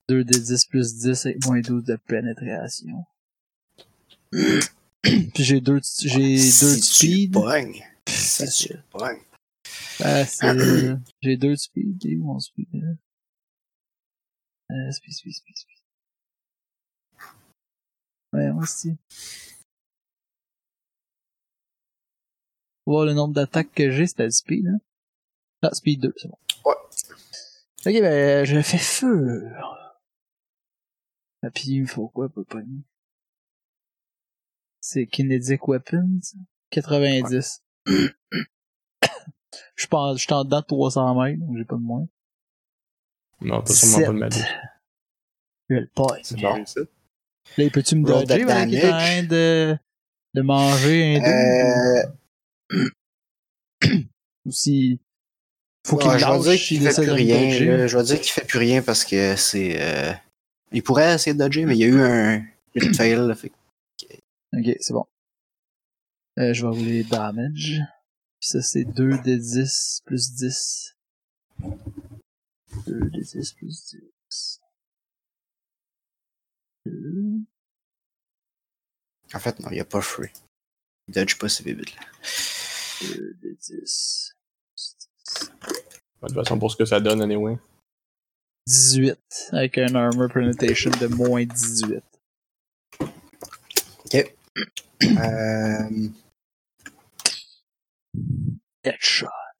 2 d 10 plus 10 avec moins 12 de pénétration. Puis j'ai deux, Ah, j'ai deux de tu speed. pognes. Si tu pognes. Ah, c'est- j'ai deux de speed. Il est où mon speed là? Euh, speed, speed, speed, speed. Ouais, moi aussi. Faut voir le nombre d'attaques que j'ai, c'était le speed. Hein? Ah, speed 2, c'est bon. Ouais. Ok, ben, je fais feu. Ah, puis il me faut quoi pour le pogner? C'est Kinetic Weapons, 90. Je pense, je suis en dedans de 300 mètres, donc j'ai pas de moins. Non, t'as sûrement pas de maladie. Je le passe. C'est bon. ça. Là, peux-tu me Roll dodger, the voilà, qui est en damage. train de, de manger un deux? Euh, Ou si, faut qu'il ouais, je vais lâche, dire il qu'il fait essaie plus de me rien. dodger. là. Je vais dire qu'il fait plus rien parce que c'est. euh, Il pourrait essayer de dodger, mais il y a eu un crit fail. là, fait que- Ok, c'est bon. Euh, je vais rouler damage. Puis ça, c'est 2 des 10 plus 10. 2 des 10 plus 10. 2. En fait, non, il n'y a pas free. Il dodge pas ces bébites là. 2 des 10. De toute façon, pour ce que ça donne, anyway. 18. Avec un armor penetration de moins 18. Ok. Euh, Headshot.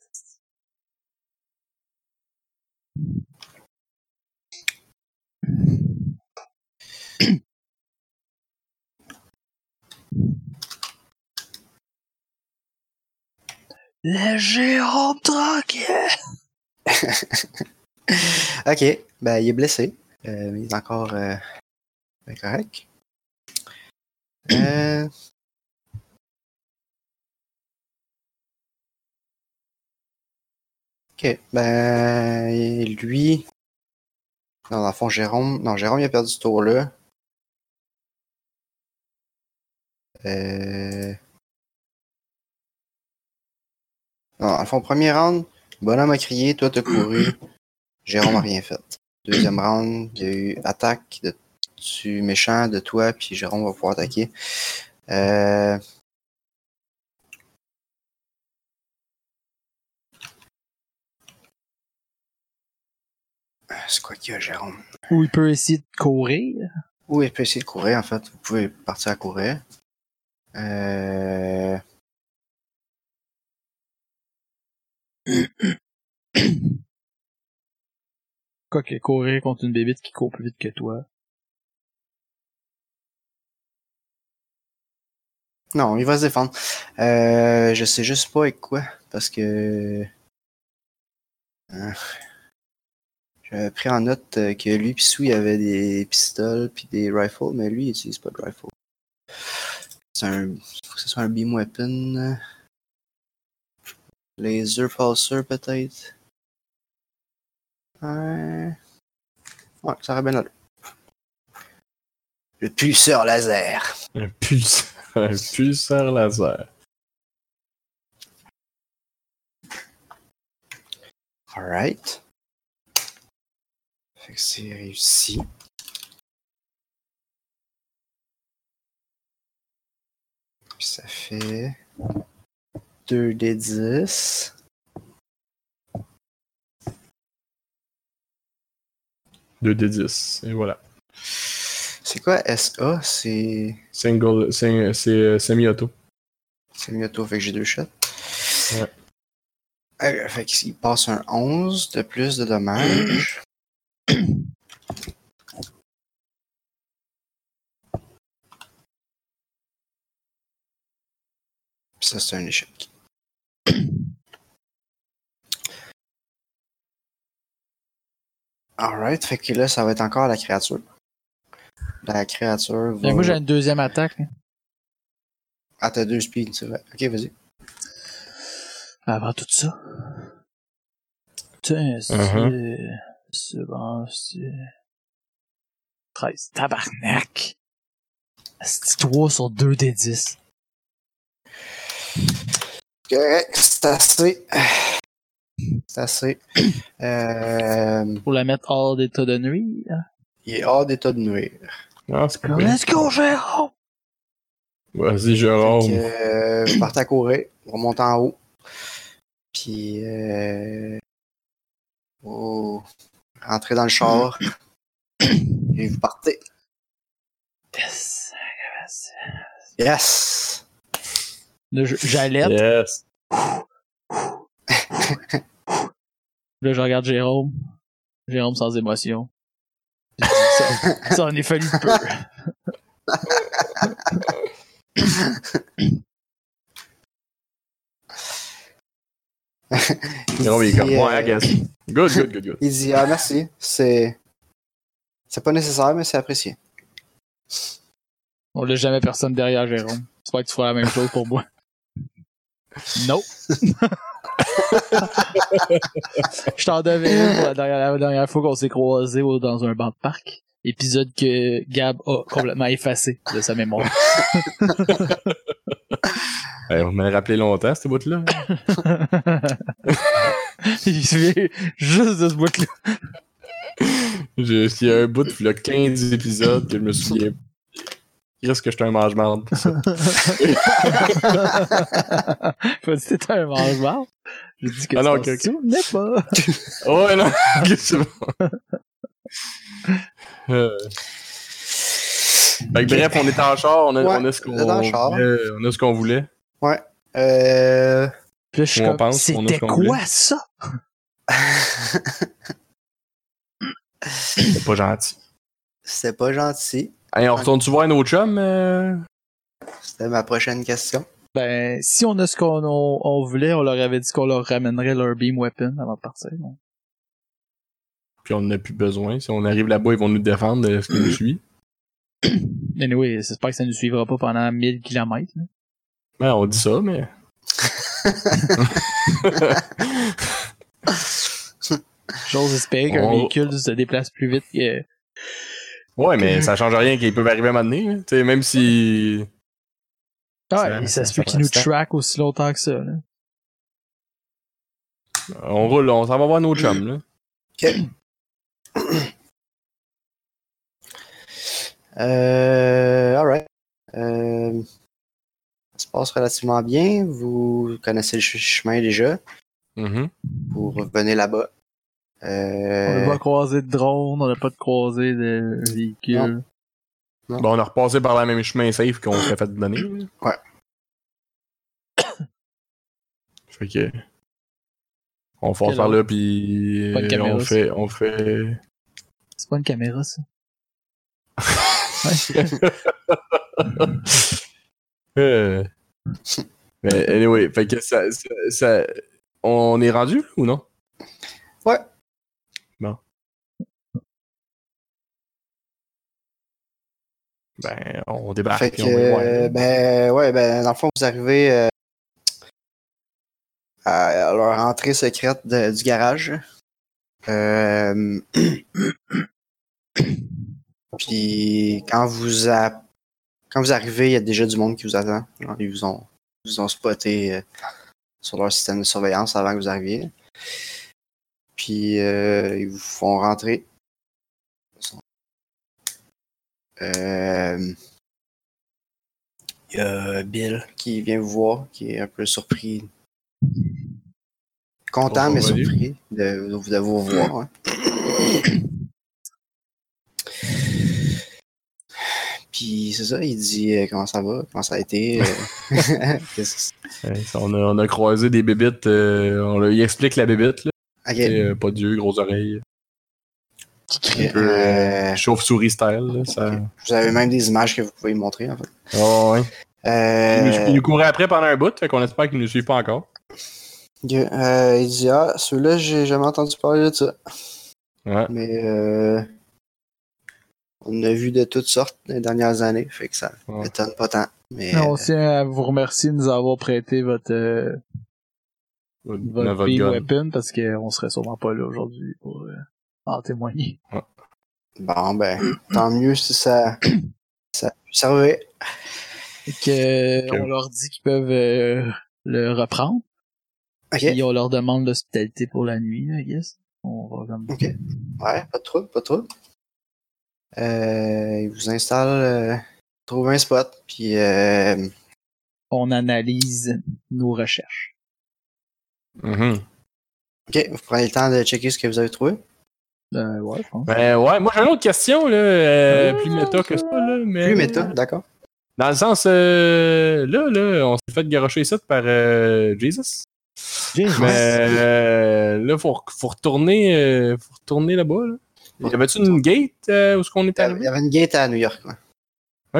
Le géant tranquille! ok, ben, il est blessé. Euh, mais il est encore euh, ben, correct. Euh, Ok, ben lui. Non, dans le fond, Jérôme. Non, Jérôme il a perdu ce tour-là. Euh... Non, dans le fond, premier round, le bonhomme a crié, toi t'as couru. Jérôme a rien fait. Deuxième round, il y a eu attaque de tu méchant de toi, puis Jérôme va pouvoir attaquer. Euh... C'est quoi qu'il y a, Jérôme? Ou il peut essayer de courir. Oui, il peut essayer de courir, en fait. Vous pouvez partir à courir. Euh... Quoi que courir contre une bébite qui court plus vite que toi. Non, il va se défendre. Euh, je sais juste pas avec quoi, parce que... Ah. J'avais pris en note euh, que lui pis Sou, il avait des pistoles puis des rifles, mais lui, il utilise pas de rifle. C'est un... Faut que ce soit un beam weapon. Laser pulser, peut-être. Ouais. Ouais, ça aurait bien allé. Le pulseur laser. Un pulseur, un pulseur laser. Alright. Fait que c'est réussi. Puis ça fait 2 des 10. Deux des 10 et voilà. C'est quoi SA? C'est Single, sing- c'est euh, semi-auto. c'est mieux tôt, fait que j'ai deux shots. Ouais. Euh, fait qu'il passe un 11 de plus de dommages. Puis ça, c'est un échec. Alright, fait que là, ça va être encore la créature. La créature Fait va... que moi, j'ai une deuxième attaque. là. Ah, t'as deux speeds, c'est vrai. Ok, vas-y. Avant tout ça. Putain, c'est... Mhm. C'est bon, c'est... 13. Tabarnak! C'est 3 sur 2 des 10. Correct, c'est assez. C'est assez. Euh, Pour la mettre hors d'état de nuit. hein. il est hors d'état de nuire. Ah, c'est pas bien. Let's go, Jérôme! Vas-y, Fait Jérôme. que, euh, vous partez à courir, vous remontez en haut. Puis, euh, vous rentrez dans le char. et vous partez. Yes. Yes! Là, je- j'allais. Yes. Là, je regarde Jérôme. Jérôme sans émotion. Je dis, ça, ça en est fallu peu. Jérôme, il est comme. Et, euh, Ouais, I guess. Good, good, good, good. Il dit Ah, merci. C'est. C'est pas nécessaire, mais c'est apprécié. On n'a jamais personne derrière Jérôme. J'espère que tu feras la même chose pour moi. Non. Je t'en devais une pour la dernière, la dernière fois qu'on s'est croisés au- dans un banc de parc. Épisode que Gab a complètement effacé de sa mémoire. Eh, on m'a rappelé longtemps, cette bout-là. Il se souvient juste de ce bout-là. J'ai il y a un bout, puis là, 15 épisodes que je me souviens. Qu'est-ce que j'étais un mange-marde pour ça? Faut dire c'était un mangement. J'ai dit que Ah non, tu t'en ok, ok. souvenais pas. Oh, ouais, non! Ok, c'est bon. Euh, fait que bref, on est en char, on a, Ouais, on a ce qu'on on est dans le char. voulait, on a ce qu'on voulait. Euh. Puis là, je suis On comme, pense, on a ce c'était qu'on quoi voulait. ça? C'est pas gentil. C'était pas gentil. Hey, on retourne-tu voir un autre chum? euh? C'était ma prochaine question. Ben, si on a ce qu'on on, on voulait, on leur avait dit qu'on leur ramènerait leur beam weapon avant de partir. donc. Puis on n'en a plus besoin. Si on arrive là-bas, ils vont nous défendre de ce qui nous suit. Anyway, j'espère que ça ne nous suivra pas pendant 1000 km. Ben, on dit ça, mais. J'ose espérer qu'un On- véhicule se déplace plus vite que. ouais, mais ça change rien qu'ils peuvent arriver à un moment donné. là. Tu sais, même si. Ah, Ça- et ça se ça peut qu'il nous prend du temps. track aussi longtemps que ça. là. On roule, on s'en va voir nos chums, là. Euh, alright. Euh, ça se passe relativement bien. Vous connaissez le ch- chemin déjà. Mhm. Mm-hmm. Vous revenez là-bas. On n'a Euh, pas croisé de drone, on n'a pas de croisé de véhicule. Ben, on a repassé par le même chemin safe qu'on s'est fait donner. là. Ouais. fait que. On force Quelle par là, puis. Pas de caméra, On ça. fait. On fait. C'est pas une caméra, ça. Euh. Mais anyway, fait que ça, ça, ça- On est rendu ou non? Ouais. Bon. Ben, on débarque. fait puis que, on hein. va voir. euh, ben, ouais, ben, dans le fond, vous arrivez euh, à, à leur entrée secrète de- du garage. Euh, Puis, quand vous, a- quand vous arrivez, il y a déjà du monde qui vous attend. Genre, ils vous ont, ils vous ont spoté euh, sur leur système de surveillance avant que vous arriviez. Puis, euh, ils vous font rentrer. Ils sont- Euh, il y a Bill qui vient vous voir, qui est un peu surpris. Content, Bonjour, mais Olivier. surpris de, de vous voir. hein. ouais. Puis c'est ça, il dit euh, comment ça va, comment ça a été. euh, qu'est-ce que Ouais, ça, on, a, on a croisé des bébites. euh, on leur- il explique la bébite. Là, c'est? Ok, Et, euh, pas d'yeux, grosses oreilles. ok, euh, Chauve-souris style. là, ça... vous avez même des images que vous pouvez me montrer en fait. Ah ouais. Il, nous, il Euh, nous courait après pendant un bout. Fait qu'on espère qu'il ne nous suit pas encore. ok, euh, il dit ah celui-là j'ai jamais entendu parler de ça, Ouais. mais euh, on a vu de toutes sortes les dernières années, fait que ça Ouais. m'étonne pas tant. Mais Non, on tient à vous remercier de nous avoir prêté votre, euh, votre, Notre big gun. weapon parce qu'on serait sûrement pas là aujourd'hui pour euh, en témoigner. bon ben tant mieux si ça ça servait. Fait que, Ok. On leur dit qu'ils peuvent euh, le reprendre. Ok. Et on leur demande l'hospitalité pour la nuit, I guess. On va comme... Ok. Ouais, pas de trouble, pas de trouble. Euh, il vous installe, euh, trouve un spot, puis euh, On analyse nos recherches. Mhm. ok, vous prenez le temps de checker ce que vous avez trouvé. Euh, ouais, je pense. Ben ouais, moi j'ai une autre question. Là, euh, plus méta que ça. Là, mais... Plus méta, d'accord. Dans le sens, euh, là, là, on s'est fait garocher ça par euh, Jesus. Jesus. Mais euh, là, faut, faut retourner, euh, faut retourner là-bas. Là. Y avait-tu une gate euh, où ce qu'on Il est y avait- il arrivé? y avait une gate à New York. ouais.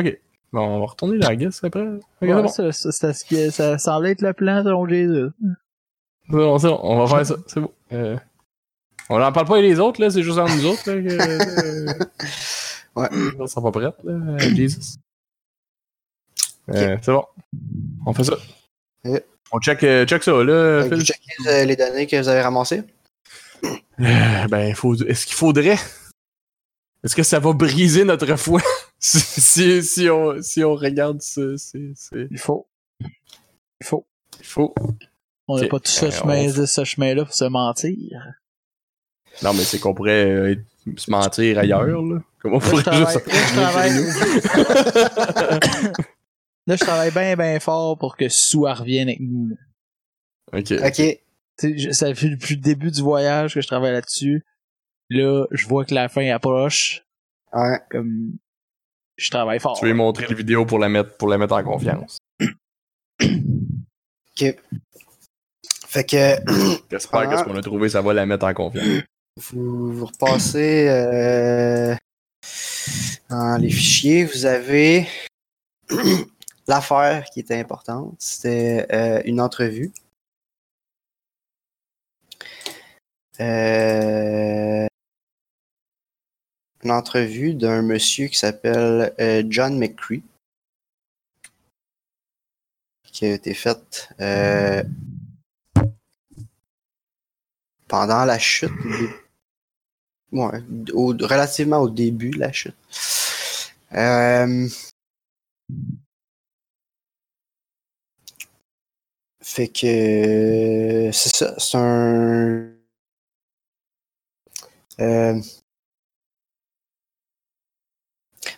Ok. Bon, on va retourner là, I guess, après. Ok, c'est Ouais, bon. ça, ça, ça, ça- ça semble être le plan selon Jésus. C'est bon, c'est bon, on va faire ça, c'est bon. Euh, on n'en parle pas et les autres, là, c'est juste entre nous autres. Là, que, Ouais. euh, on s'en va prête, là, euh, Jesus. Euh, c'est bon. On fait ça. Ouais. On check, euh, check ça, là, Fait que vous Phil. checkez euh, les données que vous avez ramassées. Euh, ben, faut, est-ce qu'il faudrait. Est-ce que ça va briser notre foi si, si, si on, si on regarde ce. ce- ce- Il faut. Il faut. Il faut. On n'a Ok. pas tout ce Euh, chemin, on- ce chemin-là pour se mentir. Non, mais c'est qu'on pourrait euh, être- se mentir ailleurs, là. Comme on Là, je pourrait travaille, juste. là, je travaille, là, je travaille bien, bien fort pour que Sue elle revienne avec nous. là. Ok. Ok, Tu sais, je- ça fait depuis le début du voyage que je travaille là-dessus. Là, je vois que la fin approche. ouais. Comme, je travaille fort. Tu veux montrer la vidéo pour la mettre, pour la mettre en confiance. Fait que J'espère Ah. que ce qu'on a trouvé, ça va la mettre en confiance. vous, vous repassez euh, dans les fichiers, vous avez l'affaire qui était importante. C'était euh, une entrevue. Euh, une entrevue d'un monsieur qui s'appelle euh, John McCree, qui a été faite euh, pendant la chute, des- ouais, au- relativement au début de la chute. Euh, Fait que euh, c'est ça, c'est un. Euh,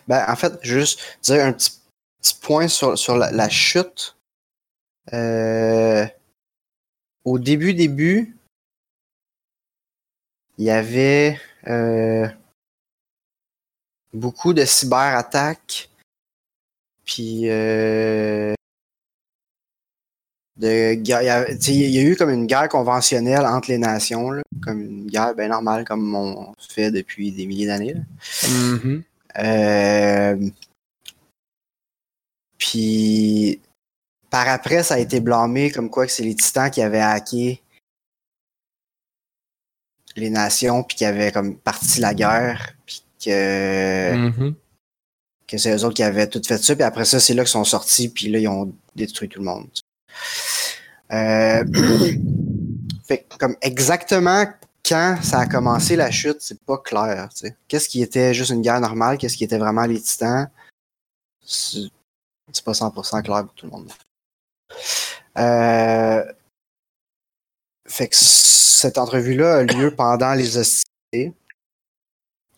Ben, en fait, juste dire un petit, petit point sur, sur la, la chute. Euh, Au début, début, il y avait euh, beaucoup de cyberattaques. Puis euh, de guerre- il y a- tu sais, il y a eu comme une guerre conventionnelle entre les nations, là, comme une guerre bien normale, comme on fait depuis des milliers d'années. là. Mm-hmm, Euh, Puis par après, ça a été blâmé comme quoi que c'est les titans qui avaient hacké les nations, puis qui avaient comme parti la guerre, puis Eh. que Mhm. que c'est eux autres qui avaient tout fait ça, puis après ça, c'est là qu'ils sont sortis, puis là, ils ont détruit tout le monde. Euh, fait que, comme exactement quand ça a commencé la chute, c'est pas clair. tu sais. Qu'est-ce qui était juste une guerre normale, qu'est-ce qui était vraiment les titans, c'est c'est pas 100% clair pour tout le monde. Euh, fait que cette entrevue-là a lieu pendant les hostilités,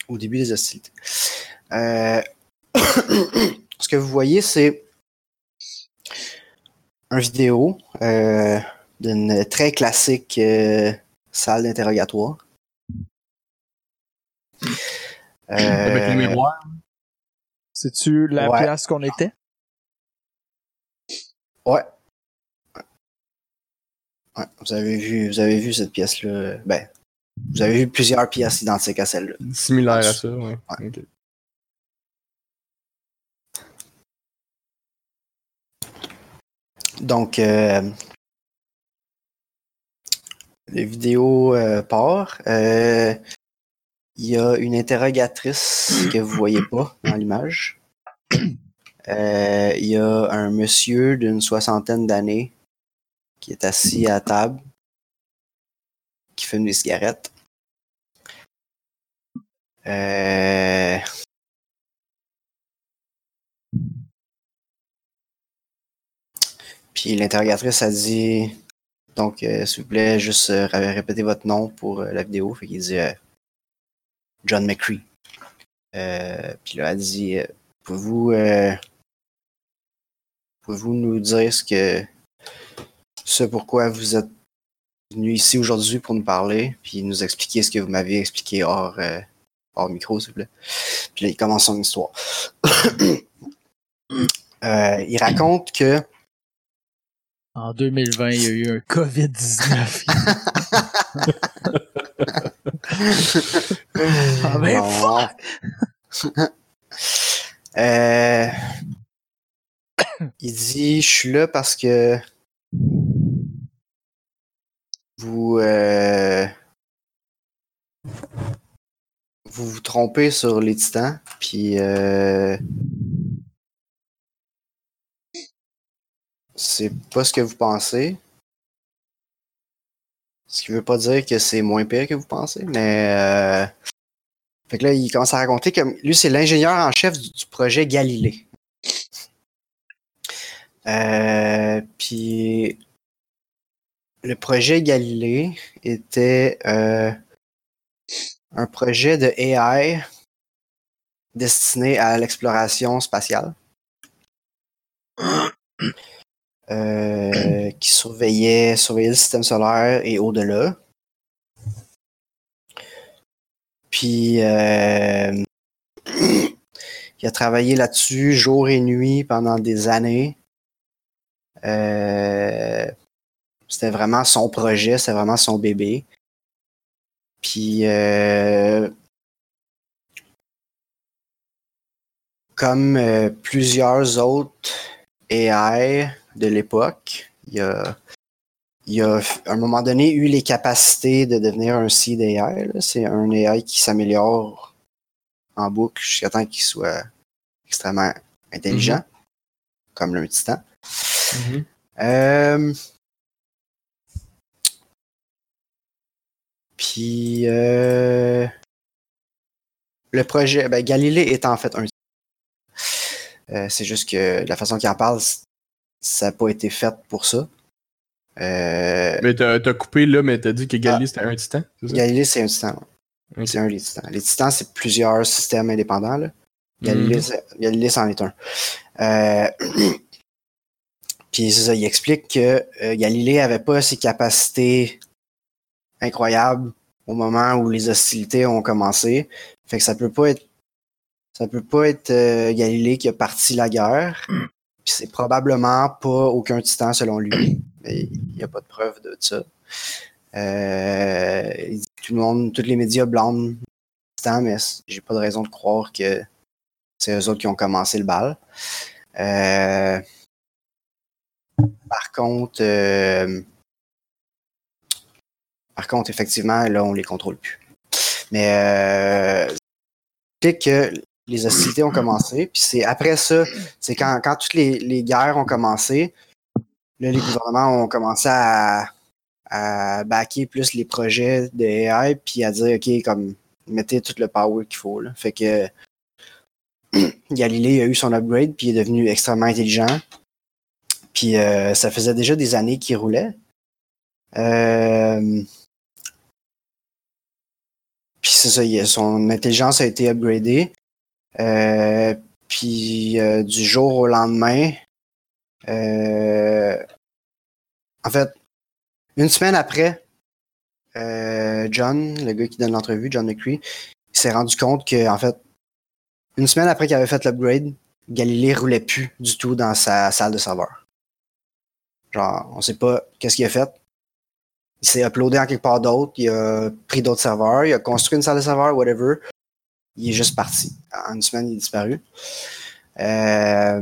au début des hostilités. Euh, ce que vous voyez, c'est un vidéo euh, d'une très classique euh, salle d'interrogatoire. Avec les Euh, miroirs. C'est-tu la Ouais. place qu'on était? Ouais. Ouais, vous avez vu, vous avez vu cette pièce-là. euh, Ben, vous avez vu plusieurs pièces identiques à celle-là. Similaire à ça, ouais. Ok. Donc, euh, les vidéos euh, part. Euh, Il y a une interrogatrice que vous voyez pas dans l'image. Euh, Il y a un monsieur d'une soixantaine d'années qui est assis à table, qui fume des cigarettes. Euh, Puis l'interrogatrice a dit Donc, euh, s'il vous plaît, juste euh, ra- répétez votre nom pour euh, la vidéo. Fait qu'il dit euh, John McCree. Euh, puis là, elle dit euh, Pouvez-vous euh, pouvez-vous nous dire ce que ce pourquoi vous êtes venu ici aujourd'hui pour nous parler, puis nous expliquer ce que vous m'avez expliqué hors, euh, hors micro, s'il vous plaît. Puis là, il commence son histoire. Euh, il raconte que En 2020, il y a eu un COVID-19. Ah ben, Bon. Euh, il dit Je suis là parce que vous, euh, vous vous trompez sur les titans, puis euh, c'est pas ce que vous pensez. Ce qui veut pas dire que c'est moins pire que vous pensez, mais. euh, fait que là, il commence à raconter comme lui, c'est l'ingénieur en chef du, du projet Galilée. Euh, puis le projet Galilée était euh, un projet de AI destiné à l'exploration spatiale euh, qui surveillait, surveillait le système solaire et au-delà. Puis euh, il a travaillé là-dessus jour et nuit pendant des années. Euh, c'était vraiment son projet, c'était vraiment son bébé. Puis euh, comme euh, plusieurs autres AI de l'époque, il a il a f- à un moment donné eu les capacités de devenir un seed AI. là. C'est un AI qui s'améliore en boucle jusqu'à temps qu'il soit extrêmement intelligent, comme le titan. Mm-hmm. Euh, Puis euh, le projet, ben, Galilée est en fait un. Euh, c'est juste que la façon qu'il en parle, c- ça n'a pas été fait pour ça. Euh, Mais t'as t'as coupé là, mais t'as dit Ah. que Galilée c'était un titan, c'est ça? Galilée, c'est un titan. ouais. Mm. Ok. C'est un des titans. Les titans, c'est plusieurs systèmes indépendants. Là. Mhm. Galilée, c'est- Galilée, c'en est un. Euh, Puis c'est ça, il explique que euh, Galilée avait pas ses capacités incroyables au moment où les hostilités ont commencé. Fait que ça peut pas être ça peut pas être euh, Galilée qui a parti la guerre. Puis c'est probablement pas aucun titan selon lui. Mais il n'y a pas de preuve de ça. Euh, il dit que tout le monde, tous les médias blâment les titans, mais c- j'ai pas de raison de croire que c'est eux autres qui ont commencé le bal. Euh, par contre, euh, par contre, effectivement, là, on les contrôle plus. Mais euh, c'est que les hostilités ont commencé, puis c'est après ça, c'est quand, quand toutes les, les guerres ont commencé, là, les gouvernements ont commencé à, à backer plus les projets de AI, puis à dire, OK, comme, mettez tout le power qu'il faut. là. Fait que Galilée a eu son upgrade, puis il est devenu extrêmement intelligent. Puis euh, ça faisait déjà des années qu'il roulait. Euh, Puis c'est ça, il- son intelligence a été upgradée. Euh, Puis euh, du jour au lendemain, euh, en fait, une semaine après, euh, John, le gars qui donne l'entrevue, John McCree, il s'est rendu compte que, en fait, une semaine après qu'il avait fait l'upgrade, Galilée roulait plus du tout dans sa salle de serveur. Genre, on sait pas qu'est-ce qu'il a fait. Il s'est uploadé en quelque part d'autre, il a pris d'autres serveurs, il a construit une salle de serveur, whatever. Il est juste parti. En une semaine, il est disparu. Euh,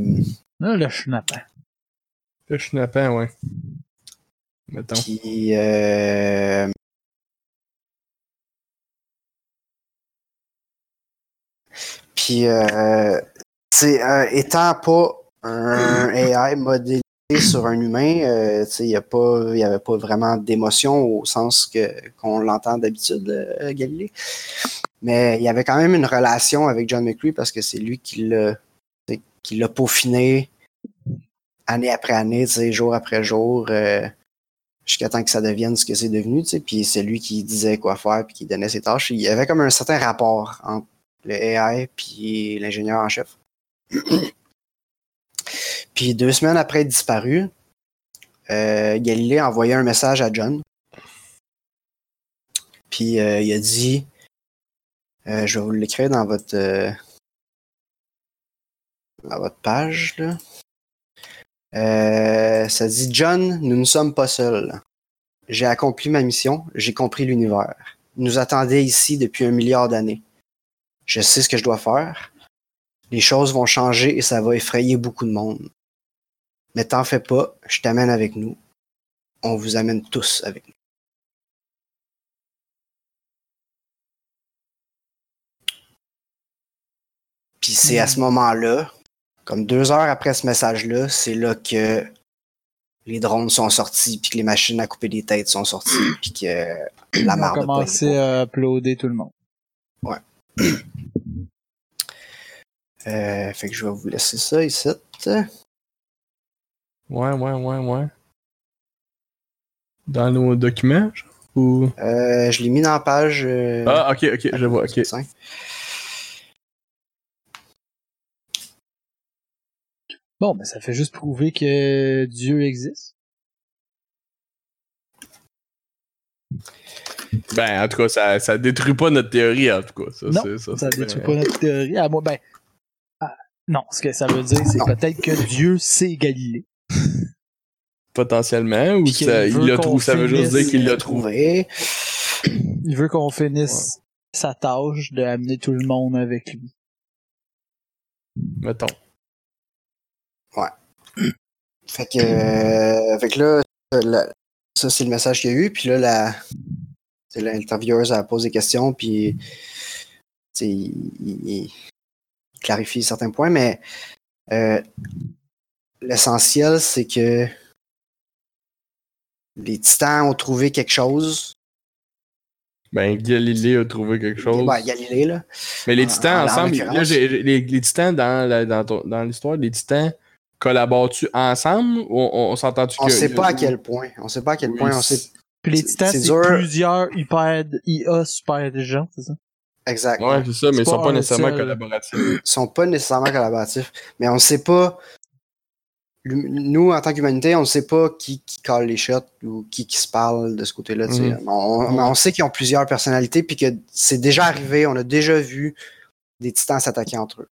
Là, le schnappant. Le schnappant, ouais. Mettons. Puis, euh, puis euh, c'est euh, étant pas un AI modélisé sur un humain, euh, tu sais, il n'y avait pas vraiment d'émotion au sens que qu'on l'entend d'habitude, euh, Galilée. Mais il y avait quand même une relation avec John McCree parce que c'est lui qui l'a tu sais, qui l'a peaufiné année après année, tu sais, jour après jour. euh, jusqu'à temps que ça devienne ce que c'est devenu, tu sais, puis c'est lui qui disait quoi faire, puis qui donnait ses tâches. Il y avait comme un certain rapport entre le AI puis l'ingénieur en chef. puis deux semaines après être disparu, euh, Galilée a envoyé un message à John. Puis euh, il a dit, euh, je vais vous l'écrire dans votre euh, dans votre page là. Euh, ça dit John, nous ne sommes pas seuls. J'ai accompli ma mission, j'ai compris l'univers. Nous attendez ici depuis un milliard d'années. Je sais ce que je dois faire. Les choses vont changer et ça va effrayer beaucoup de monde. Mais t'en fais pas, je t'amène avec nous. On vous amène tous avec nous. Puis c'est à ce moment-là, comme deux heures après ce message-là, c'est là que les drones sont sortis, puis que les machines à couper des têtes sont sorties, Hmm. puis que euh, la On a marde a pas commencé été- à uploader tout le monde. Euh, fait que je vais vous laisser ça ici. Euh, Ouais, ouais, ouais, ouais. Dans nos documents, genre, ou... Euh, je l'ai mis dans la page. euh, Ah, ok, ok, je vois, ok. 5. Bon, ben ça fait juste prouver que Dieu existe. Ben, en tout cas, ça, ça détruit pas notre théorie, en tout cas. Ça, Non, c'est- ça, Ça c'est- détruit pas notre théorie. Ah, moi, ben, ah, non, ce que ça veut dire, c'est Non. peut-être que Dieu sait Galilée. Potentiellement, ou Puis qu'il ça, veut il l'a qu'on trouvé, ça veut juste finisse- dire qu'il l'a trouvé. Trouvé. Il veut qu'on finisse sa tâche de amener tout le monde avec lui. Mettons. Fait que, euh, fait que là, la- ça c'est le message qu'il y a eu. Puis là, la, c'est l'intervieweuse elle pose des questions. Puis tu sais, il, il- il- il clarifie certains points, mais euh, l'essentiel, c'est que les titans ont trouvé quelque chose. Ben, Galilée a trouvé quelque chose. Ouais, Galilée, là. Mais les En- titans en- en ensemble, l'occurrence. là, j'ai- j'ai- les, les titans dans, la- dans, ton- dans l'histoire, les titans collaborent-tu ensemble ou on, on s'entend-tu On que- sait pas à quel point. On sait pas à quel Oui, point. On sait... Puis les C'est- titans, c'est c'est dur. plusieurs hyper, IA super intelligents, c'est ça? Exact. Ouais, c'est ça, mais C'est ils sont pas pas un nécessairement seul. collaboratifs. Ils sont pas nécessairement collaboratifs, mais on sait pas. l'hum- Nous, en tant qu'humanité, on sait pas qui, qui colle les shots ou qui, qui se parle de ce côté-là. tu sais. Mhm. On, mais on sait qu'ils ont plusieurs personnalités puis que c'est déjà arrivé. On a déjà vu des titans s'attaquer entre eux.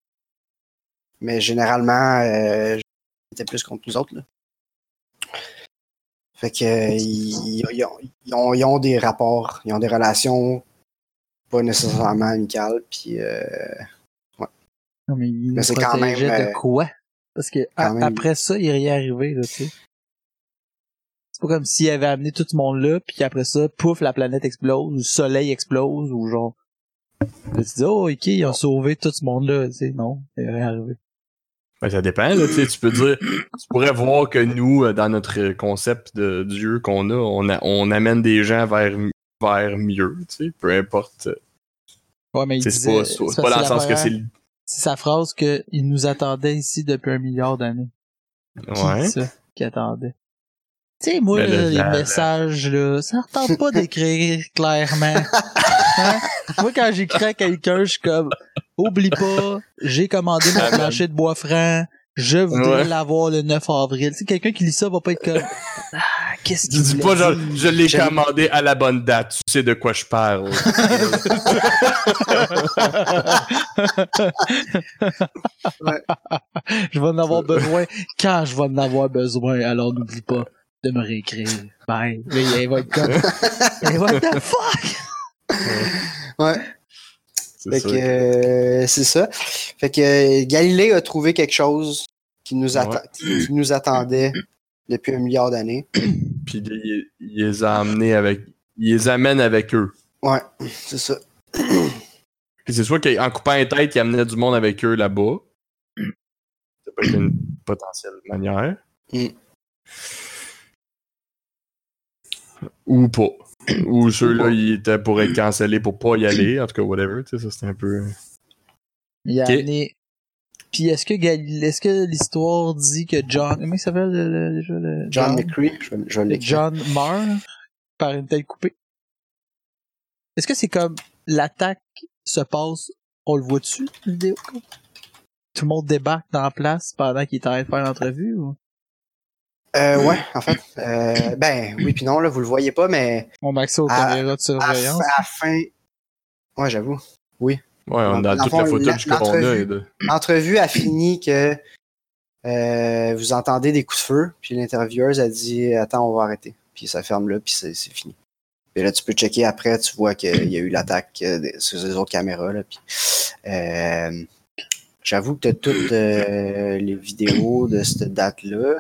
Mais généralement, euh, c'était plus contre nous autres. Là. Fait que euh, ils, ils ont, ils ont- ils ont des rapports, ils ont des relations pas nécessairement amicales. Puis euh, Non, mais ils Mais nous c'est quand même, protégeaient de euh, quoi? Parce que quand a- même- après ça, il est rien arrivé, là, tu sais. C'est pas comme s'il avait amené tout ce monde-là, puis après ça, pouf, la planète explose, ou le soleil explose, ou genre... Là, tu dis, oh, ok, ils ont sauvé tout ce monde-là, tu sais. Non, il est rien arrivé. Ben, ça dépend, là, tu sais, tu peux dire, tu pourrais voir que nous, euh, dans notre concept de Dieu qu'on a, on, a- on amène des gens vers, vers mieux, tu sais, peu importe. euh, Ouais, mais il Tu sais, C'est pas, disait- c'est c'est pas dans parce le sens que la c'est première- le- c'est sa phrase que il nous attendait ici depuis un milliard d'années. Qui Ouais. dit ça? Qui attendait. Tu sais, moi, Mais le- là, les la- la- messages, là, ça retente pas d'écrire clairement. Hein? Moi, quand j'écris à quelqu'un, je suis comme, oublie pas, j'ai commandé mon plancher de bois franc, je voudrais Ouais. l'avoir le 9 avril. Tu sais, quelqu'un qui lit ça va pas être comme, ah, qu'est-ce Tu qu'il dis voulait pas, genre, dire? je l'ai J'aime- commandé à la bonne date, tu sais de quoi je parle. Je vais en avoir besoin quand je vais en avoir besoin. Alors n'oublie pas de me réécrire. Bye. Là, il va être comme. Il va être comme fuck! ouais. C'est Fait ça. que euh, c'est ça. Fait que euh, Galilée a trouvé quelque chose qui nous, atta- Ouais. qui, qui nous attendait depuis un milliard d'années. Puis il, il les a amenés avec. Il les amène avec eux. Ouais, c'est ça. Puis c'est sûr qu'en coupant les têtes, il amenait du monde avec eux là-bas. Ça peut être une potentielle manière. Mm. Ou pas. Ou ceux-là, ils étaient pour être cancellés pour pas y aller. En tout cas, whatever. Tu sais, ça, c'était un peu. Il a Ok. amené. Puis est-ce que Galil- est-ce que l'histoire dit que John. Comment il s'appelle le- le- déjà le. John McCree, je vais, je vais l'écrire. John meurt par une tête coupée? Est-ce que c'est comme l'attaque se passe, on le voit dessus, vidéo? Tout le monde débarque dans la place pendant qu'il est en train de faire l'entrevue ou? Euh, ouais, en fait. euh, ben oui, puis non, là, vous le voyez pas, mais On accède aux À- caméras de à, la surveillance. fin. Ouais, j'avoue. Ouais, on a Dans toute le la fond, footage la- qu'on a. l'entrevue. et de- L'entrevue a fini que euh, vous entendez des coups de feu, puis l'intervieweuse a dit Attends, on va arrêter. Puis ça ferme là, puis c'est c'est fini. Et là, tu peux checker après, tu vois qu'il y a eu l'attaque euh, des- sur les autres caméras. Là, puis, euh, J'avoue que tu toutes euh, les vidéos de cette date-là.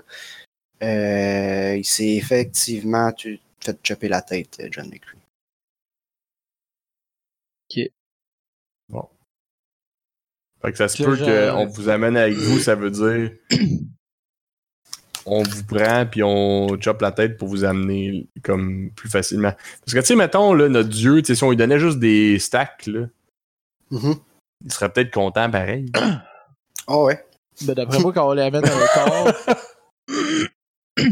Euh, il s'est effectivement tu, fait choper la tête, euh, John McCree. Fait que ça se Que peut genre- qu'on vous amène avec vous, ça veut dire. On vous prend puis on chope la tête pour vous amener comme plus facilement. Parce que tu sais, mettons, là, notre dieu, tu sais, si on lui donnait juste des stacks, là, Mhm. il serait peut-être content pareil. Ah ouais. Ben, d'après moi, quand on l'amène dans le corps,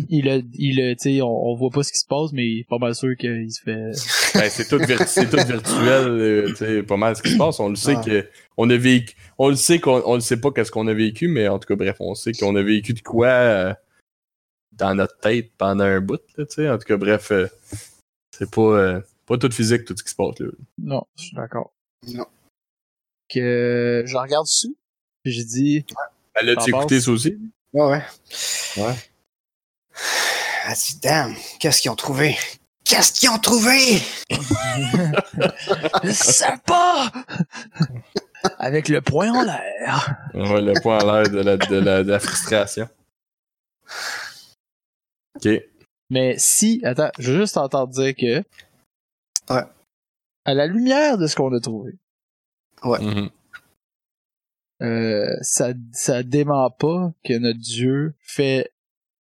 il a, il a, tu sais, on, on voit pas ce qui se passe, mais il est pas mal sûr qu'il se fait. Ben, c'est tout, vir- c'est tout virtuel, euh, tu sais, pas mal ce qui se passe. On le sait Ah. que on a vécu. On le sait qu'on on le sait pas qu'est-ce qu'on a vécu, mais en tout cas, bref, on sait qu'on a vécu de quoi euh, dans notre tête pendant un bout, là, tu sais. En tout cas, bref, euh, c'est pas, euh, pas tout physique tout ce qui se passe là. Non, je suis d'accord. Non. Que je regarde dessus, puis j'ai dit, Ben là, T'en tu écouté penses? ça aussi? Ah ouais. Ouais. Ah, dit, damn, qu'est-ce qu'ils ont trouvé? Qu'est-ce qu'ils ont trouvé? sympa! Avec le poing en l'air. Ouais, le point à l'air de la, de, la, de la frustration. Ok. Mais si, attends, je veux juste entendre dire que. Ouais. À la lumière de ce qu'on a trouvé. Ouais. Mhm. Euh, ça, ça dément pas que notre Dieu fait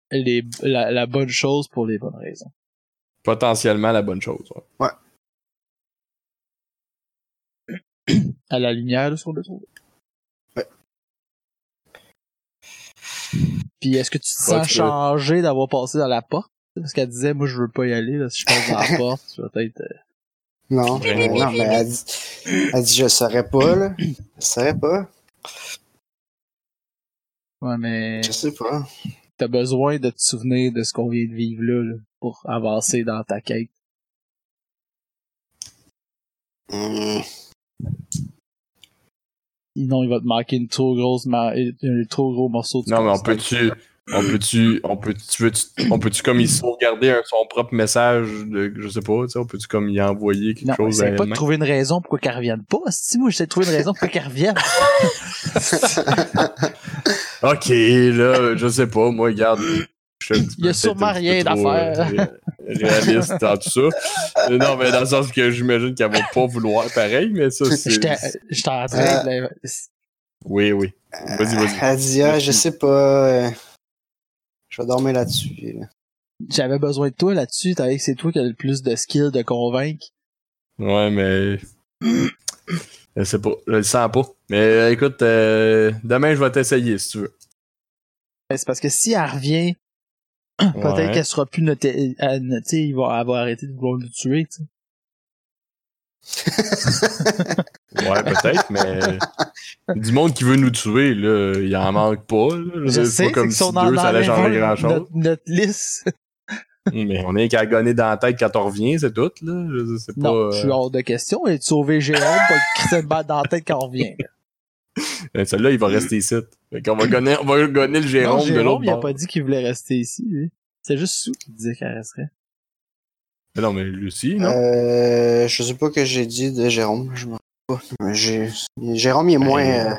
les, la, la bonne chose pour les bonnes raisons. Potentiellement la bonne chose. ouais. À la lumière là, sur le trou. Ouais. Puis est-ce que tu te Ouais, sens tu peux- changé d'avoir passé dans la porte? Parce qu'elle disait, moi je veux pas y aller, là, si je passe dans la porte, tu vas peut-être... euh, Non, Ouais. mais non, mais elle dit, elle dit je saurais pas, là. Je saurais pas. euh, Ouais, mais Je sais pas. t'as besoin de te souvenir de ce qu'on vient de vivre là, là, pour avancer dans ta quête. Hum, Sinon, il va te manquer une trop grosse, ma- un trop gros morceau. de Non, mais on corps. peut-tu. On peut-tu. On peut-tu. veux-tu- On peut-tu comme y sauvegarder un- son propre message de. Je sais pas, tu sais, on peut-tu comme y envoyer quelque Non, chose à c'est pas de elle-même? trouver une raison pourquoi qu'elle revienne pas. Si moi j'essaie de trouver une raison pourquoi qu'elle revienne. Ok, là, je sais pas, moi, regarde. je suis un petit Il y a peu sûrement peut-être un petit rien peu trop, d'affaire. euh, ré- réaliste dans tout ça. Mais Non, mais dans le sens que j'imagine qu'elle va pas vouloir pareil, mais ça, c'est. Ah. J'étais j'étais en train de la- Oui, oui. Vas-y, vas-y. Elle dit ah, je sais pas. euh, Je vais dormir là-dessus. là. J'avais besoin de toi là-dessus, étant donné que c'est toi qui as le plus de skill de convaincre. Ouais, mais. Je sais pas, je le sens pas. Mais euh, écoute, euh, demain, je vais t'essayer si tu veux. Ben, C'est parce que si elle revient, peut-être Ouais. qu'elle sera plus notre. elle- elle- Tu sais, il va avoir arrêté de vouloir nous tuer. tu sais. Ouais, peut-être, mais du monde qui veut nous tuer, là, il en manque pas. Là. Je C'est sais, pas c'est comme que si si on en deux, ça allait changer enlève un, grand-chose. notre, notre liste. Mais on est qu'à gonner dans la tête quand on revient, c'est tout. Là. Je sais pas. Non, euh, je suis hors de question. Et de sauver Jérôme, pas de crisser une balle dans la tête quand on revient. euh, Celui-là, il va rester ici. Fait qu'on va gonner, on va gonner le Jérôme, Non, de l'autre Jérôme, il a bord. pas dit qu'il voulait rester ici. lui. C'est juste Sou qui disait qu'elle resterait. Mais non, mais Lucie, non? Euh, je sais pas ce que j'ai dit de Jérôme. Je m'en rappelle pas. Mais j'ai- Jérôme il est moins, Euh. euh,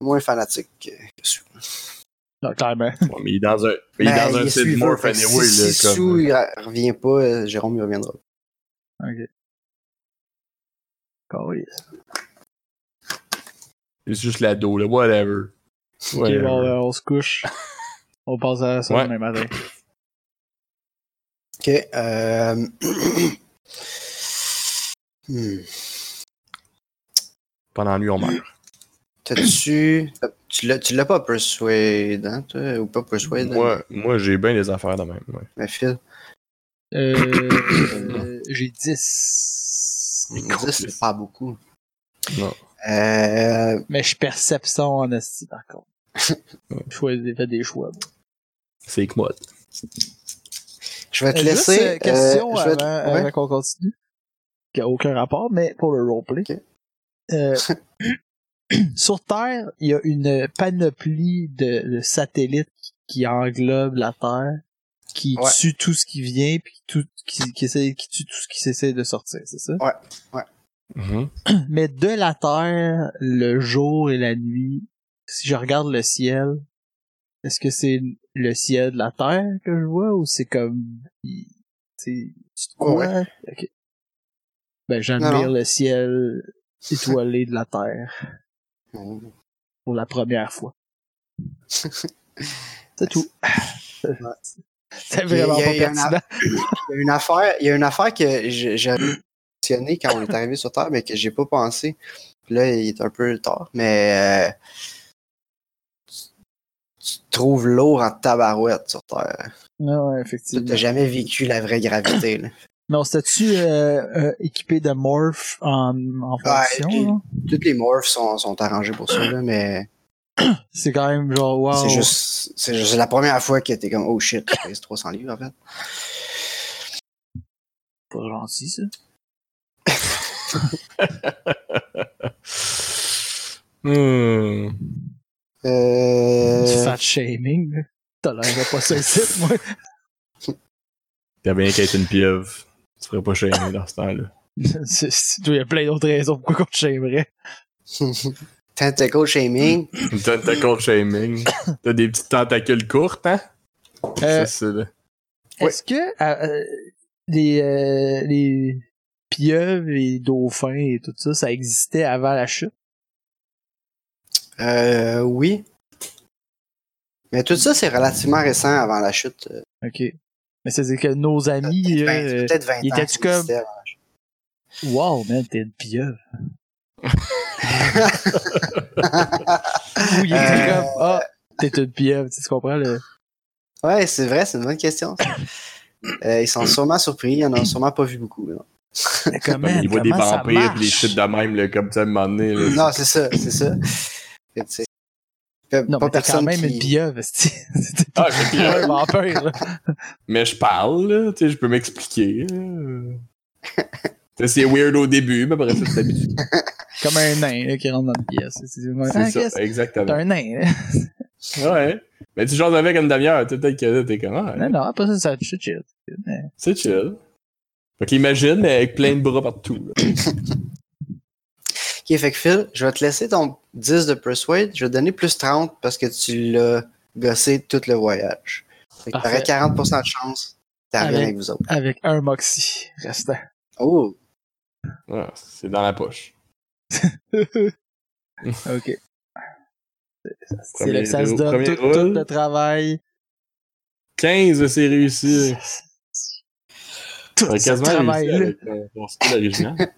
moins fanatique que que Sue. Non, clairement. Ouais, mais il est dans un, il Ben, est dans un est suiveur, Sidmore fait que anyway. Si, là, si comme, euh. Sue il revient pas, euh, Jérôme il reviendra. Ok. Cool. C'est euh, juste l'ado, là, whatever. Ok, Whatever. bon, ben, on se couche. On passe à ça Ouais. demain matin. Ok. Euh... hmm. Pendant la nuit, on meurt. T'as-tu. euh, Tu l'as, tu l'as pas persuade, hein, toi, ou pas persuade, hein, Moi, moi j'ai bien des affaires de même. ouais. mais Phil. Euh, euh, j'ai 10. Mais 10, c'est pas beaucoup. Non. Euh, Mais je suis perception en esti, par contre. Choix- J'ai fait des choix. C'est que moi. je vais te Euh, juste, laisser. euh, question euh, je vais avant, te- avant ouais. qu'on continue. Qui a aucun rapport, mais pour le roleplay. Ok. Euh, sur Terre, il y a une panoplie de, de satellites qui englobe la Terre, qui Ouais. tue tout ce qui vient, puis tout, qui, qui, essaie, qui tue tout ce qui essaie de sortir, c'est ça? Mhm. Mais de la Terre, le jour et la nuit, si je regarde le ciel, est-ce que c'est le ciel de la Terre que je vois ou c'est comme. C'est. Tu te crois? Ok. Ben, Non, j'admire le ciel étoilé de la Terre pour la première fois. C'est tout. C'est vraiment Il y a- pas il y a un pertinent. Il y a une affaire, il y a une affaire que j'ai j'ai mentionné quand on est arrivé sur Terre, mais que j'ai pas pensé. Puis là, il est un peu tard, mais euh, tu, tu te trouves lourd en tabarouette sur Terre. Non, ouais, Tu effectivement. n'as jamais vécu la vraie gravité. Là. Mais on s'était-tu euh, euh, équipé de morph en, en fonction? puis- là? Toutes les morphs sont, sont arrangés pour ça, là, mais C'est quand même genre, wow. c'est juste, c'est juste la première fois que t'es comme oh shit, je pèse 300 livres en fait. Pas gentil, ça. Euh, Hmm. Du Euh, fat shaming, là. Tolérerais pas ça ici, moi. T'as bien qu'à être une pieuvre. Tu ferais pas chier dans ce temps-là. C'est- c'est- Il y a plein d'autres raisons pourquoi qu'on te shamerait. Tentacle shaming. Tentacle shaming. T'as des petites tentacules courtes, hein? Euh, Ça, c'est le- Est-ce que euh, euh, les, euh, les, pieuvres et dauphins et tout ça, ça existait avant la chute. Euh, oui. Mais tout ça, c'est relativement récent avant la chute. euh, OK. Mais c'est-à-dire que nos amis, Peut-être 20, euh, peut-être 20 il ans. était-tu Ben, ça comme- existait avant la chute. wow, man, t'es une pieuvre. Ou il était Euh, comme, ah, t'es une pieuvre, tu comprends le. Ouais, c'est vrai, c'est une bonne question. ça. Euh, ils sont sûrement surpris, ils en ont sûrement pas vu beaucoup. là. Mais comment, il voit des comment ça vampires pis des marche? shit de même, là, comme ça, à un moment donné. Euh, là. Non, c'est ça, c'est ça. Fait que, tu sais, pas Non, mais t'es quand personne même qui- une pieuvre, c'est T'es Ah, pas j'ai pire. un vampire, là. Mais je parle, là, tu sais, je peux m'expliquer. là. Tu sais, c'est weird au début, mais après ça, tu t'habitues. Comme un nain, là, qui rentre dans une pièce. C'est C'est Ah, qu'est-ce- ça, T'es exactement. un nain, là. Ouais. Mais tu jases avec une demi-heure, tu sais, peut-être que là, t'es comme, ah, Non, non, après ça, ça chut, chut. Mais- c'est chill. Fait qu'imagine, mais avec plein de bras partout. là. Ok, fait que Phil, je vais te laisser ton 10 de Persuade. Je vais te donner plus 30 parce que tu l'as gossé tout le voyage. Fait que Parfait. t'aurais 40% de chance d'arriver Allez. avec vous autres. Avec un moxie restant. Oh! Ah, c'est dans la poche. OK. C'est Premier là que ça se rou- donne premier tout, roule. tout le travail. 15, c'est réussi. Tout T'aurais ce quasiment réussi travail-là. avec ton- ton style original.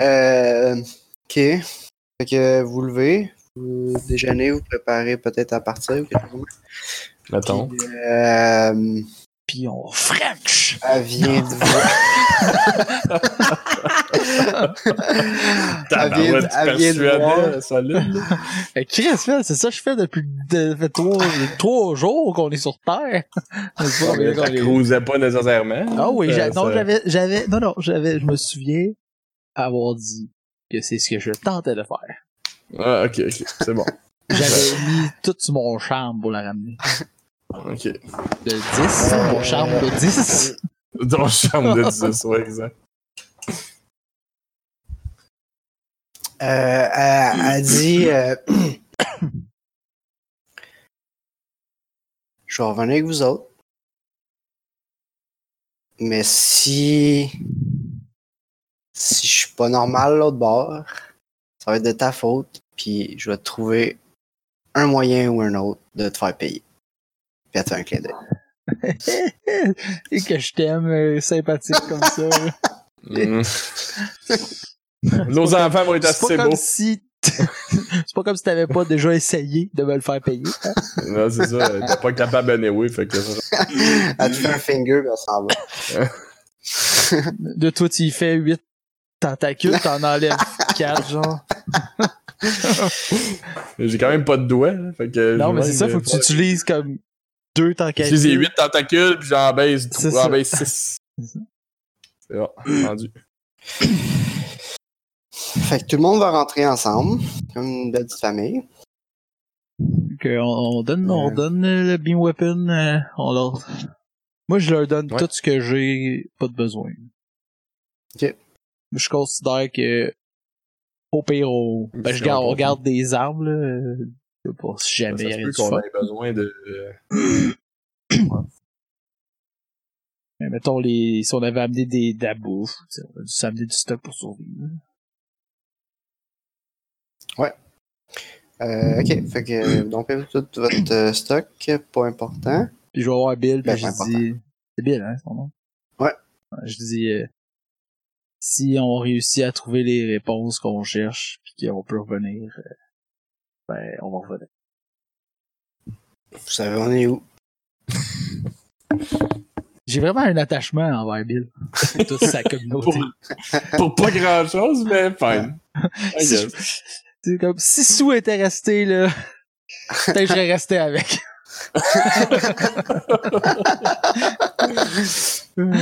Euh, ok. Fait que vous levez, vous déjeunez, vous préparez peut-être à partir. ou quelque chose. Mettons. Puis, euh, Puis on French! elle vient de vous. Elle vient de- Tabarouette, elle vient de persuadais, voir. solide. Fait que Eh, Chris, là, c'est ça que je fais depuis de- fait trois, trois jours qu'on est sur Terre. C'est pas vrai qu'on Ça est- cruisait pas nécessairement. Ah oui, j'a- Euh, non, ça- j'avais, j'avais, non, non, j'avais, je me souviens avoir dit que c'est ce que je tentais de faire. Ah, ok, ok, c'est bon. J'avais mis tout sur mon charme pour la ramener. Ok. De 10, mon charme de 10. Dans le charme de 10, ouais, exact. Euh, elle, elle dit euh, Je vais revenir avec vous autres. Mais si. Si je suis pas normal l'autre bord, ça va être de ta faute. Puis je vais te trouver un moyen ou un autre de te faire payer. Puis elle te fait un clin d'œil. Et que je t'aime, euh, sympathique comme ça. Mm. Nos enfants vont être C'est assez pas comme beaux. si, c'est pas comme si t'avais pas déjà essayé de me le faire payer. hein. Non, c'est ça, t'es pas capable anyway, fait que ça. Elle te fait un finger, puis elle s'en va. De toi, tu y fais 8 tentacules, t'en enlèves 4, genre. J'ai quand même pas de doigts, là, fait que. Non, je mais manque c'est ça, de- faut que tu utilises comme deux Si j'ai tentacules. 8 tentacules, puis j'en baise C'est 3, j'en ça. baise 6. C'est bon, rendu. Fait que tout le monde va rentrer ensemble, comme une belle petite famille. Donc, euh, on, on donne, on Euh. donne euh, le beam weapon, euh, on leur... Moi, je leur donne Ouais. tout ce que j'ai pas de besoin. Ok. Je considère que, au pire, on, ben, je Si on garde, on comprend. garde des armes, là, euh, pour si Ça jamais se il y a peut du qu'on fun. ait besoin de. euh, Mais mettons, les, si on avait amené des, de la bouffe, tu sais, on aurait dû s'amener du stock pour survivre. Euh, ok, fait que euh, donc euh, tout votre euh, stock, pas important. Puis je vais voir Bill, puis Ben, j'ai c'est dit... C'est Bill, hein, son nom? Ouais. Je dis... euh, si on réussit à trouver les réponses qu'on cherche, puis qu'on peut revenir, euh, ben, on va revenir. Vous savez on est où? J'ai vraiment un attachement envers Bill. et toute sa Pour, communauté. pour pas grand chose, mais fine. I Si guess. je- C'est comme si Sou était resté, là... Peut-être que je serais resté avec. Hmm.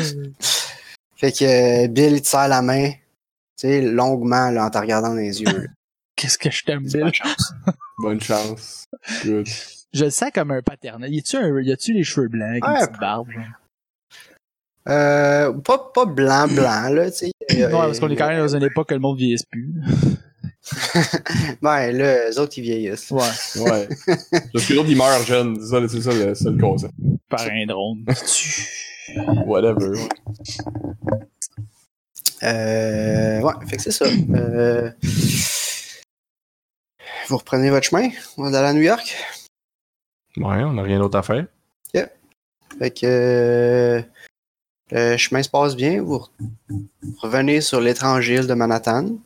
Fait que euh, Bill il te serre la main, tu sais, longuement là, en te regardant dans les yeux. là. Qu'est-ce que je t'aime, C'est pas Bill. de chance. Bonne chance. Good. Je le sens comme un paternel. Y a-tu un- y a-tu les cheveux blancs, avec Ouais. une petite barbe? genre? Euh, pas, pas blanc blanc là, tu sais. Euh, Non, parce qu'on est quand même euh, dans une époque où le monde vieillisse plus. Euh, Ouais, là, eux autres ils vieillissent. Ouais. Ouais. Parce que l'autre, il meurt jeune. C'est ça, c'est ça le seul concept. Par un drone. Tu- Whatever. Euh, ouais, fait que c'est ça. Euh, vous reprenez votre chemin, on va aller à New York. Ouais, on n'a rien d'autre à faire. Fait que euh, le chemin se passe bien, vous revenez sur l'étrange île de Manhattan,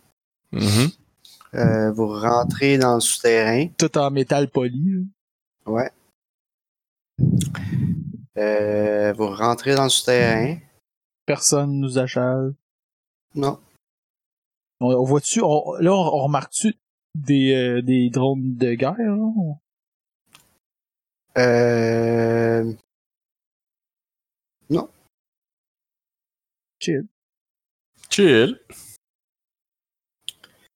Mhm. Euh, vous rentrez dans le souterrain, Tout en métal poli. là. Ouais. Euh, vous rentrez dans le souterrain. Personne nous achale. Non. On, on voit-tu, on- là, on, on remarque-tu des, euh, des drones de guerre, là? Euh, Chill.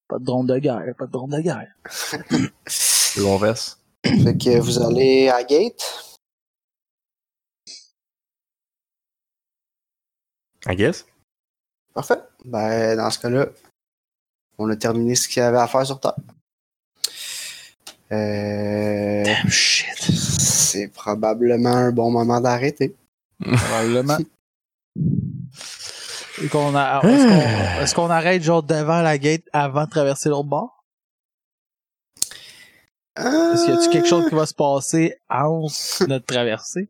Pas de drones de guerre, pas de drones de guerre. Je converse. fait que vous allez à Gate. I guess. Parfait. Ben, dans ce cas-là, on a terminé ce qu'il y avait à faire sur Terre. Euh, Damn shit. c'est probablement un bon moment d'arrêter. Probablement. Et qu'on a- Est-ce Ah. qu'on est-ce qu'on arrête genre devant la gate avant de traverser l'autre bord? Est-ce qu'il y a-tu quelque chose qui va se passer entre notre traversée?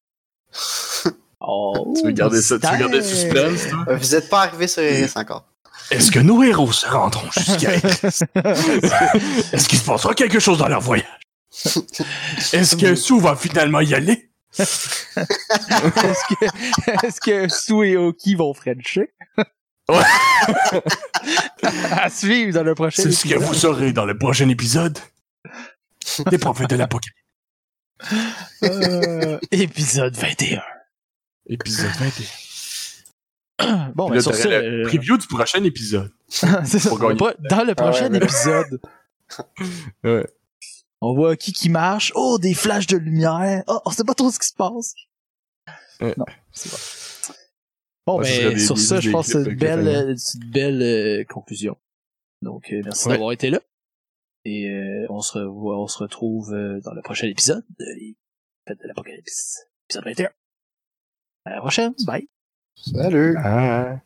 Oh, Tu veux garder ça, tu veux garder le suspense, toi? Euh, Vous n'êtes pas arrivé sur Iris encore. Est-ce que nos héros se rendront jusqu'à Est-ce qu'il se passera quelque chose dans leur voyage? Est-ce que Sue va finalement y aller? Est-ce que, est-ce que Sue et Oki vont Frencher? Ouais. à suivre dans le prochain C'est ce que épisode. vous saurez dans le prochain épisode des Prophètes de l'Apocalypse. Euh, épisode 21. Épisode 21. Bon, Puis ben, là, sur t'aurais ça, le euh, preview du prochain épisode. c'est ça, Pour gagner. pas- dans le prochain Ah ouais, mais là- épisode, Ouais. on voit qui qui marche. Oh, des flashs de lumière. Oh, on sait pas trop ce qui se passe. Ouais. Non, c'est bon. Bon, Ouais, ce ben, serait des sur débuts, ça, je des pense que c'est clips une avec le belle, euh, c'est une belle euh, conclusion. Donc, euh, merci Ouais. d'avoir été là. Et euh, on, se revoit, on se retrouve euh, dans le prochain épisode de Les Fêtes de l'Apocalypse, épisode 21. À la prochaine. Bye. Salut. Ah.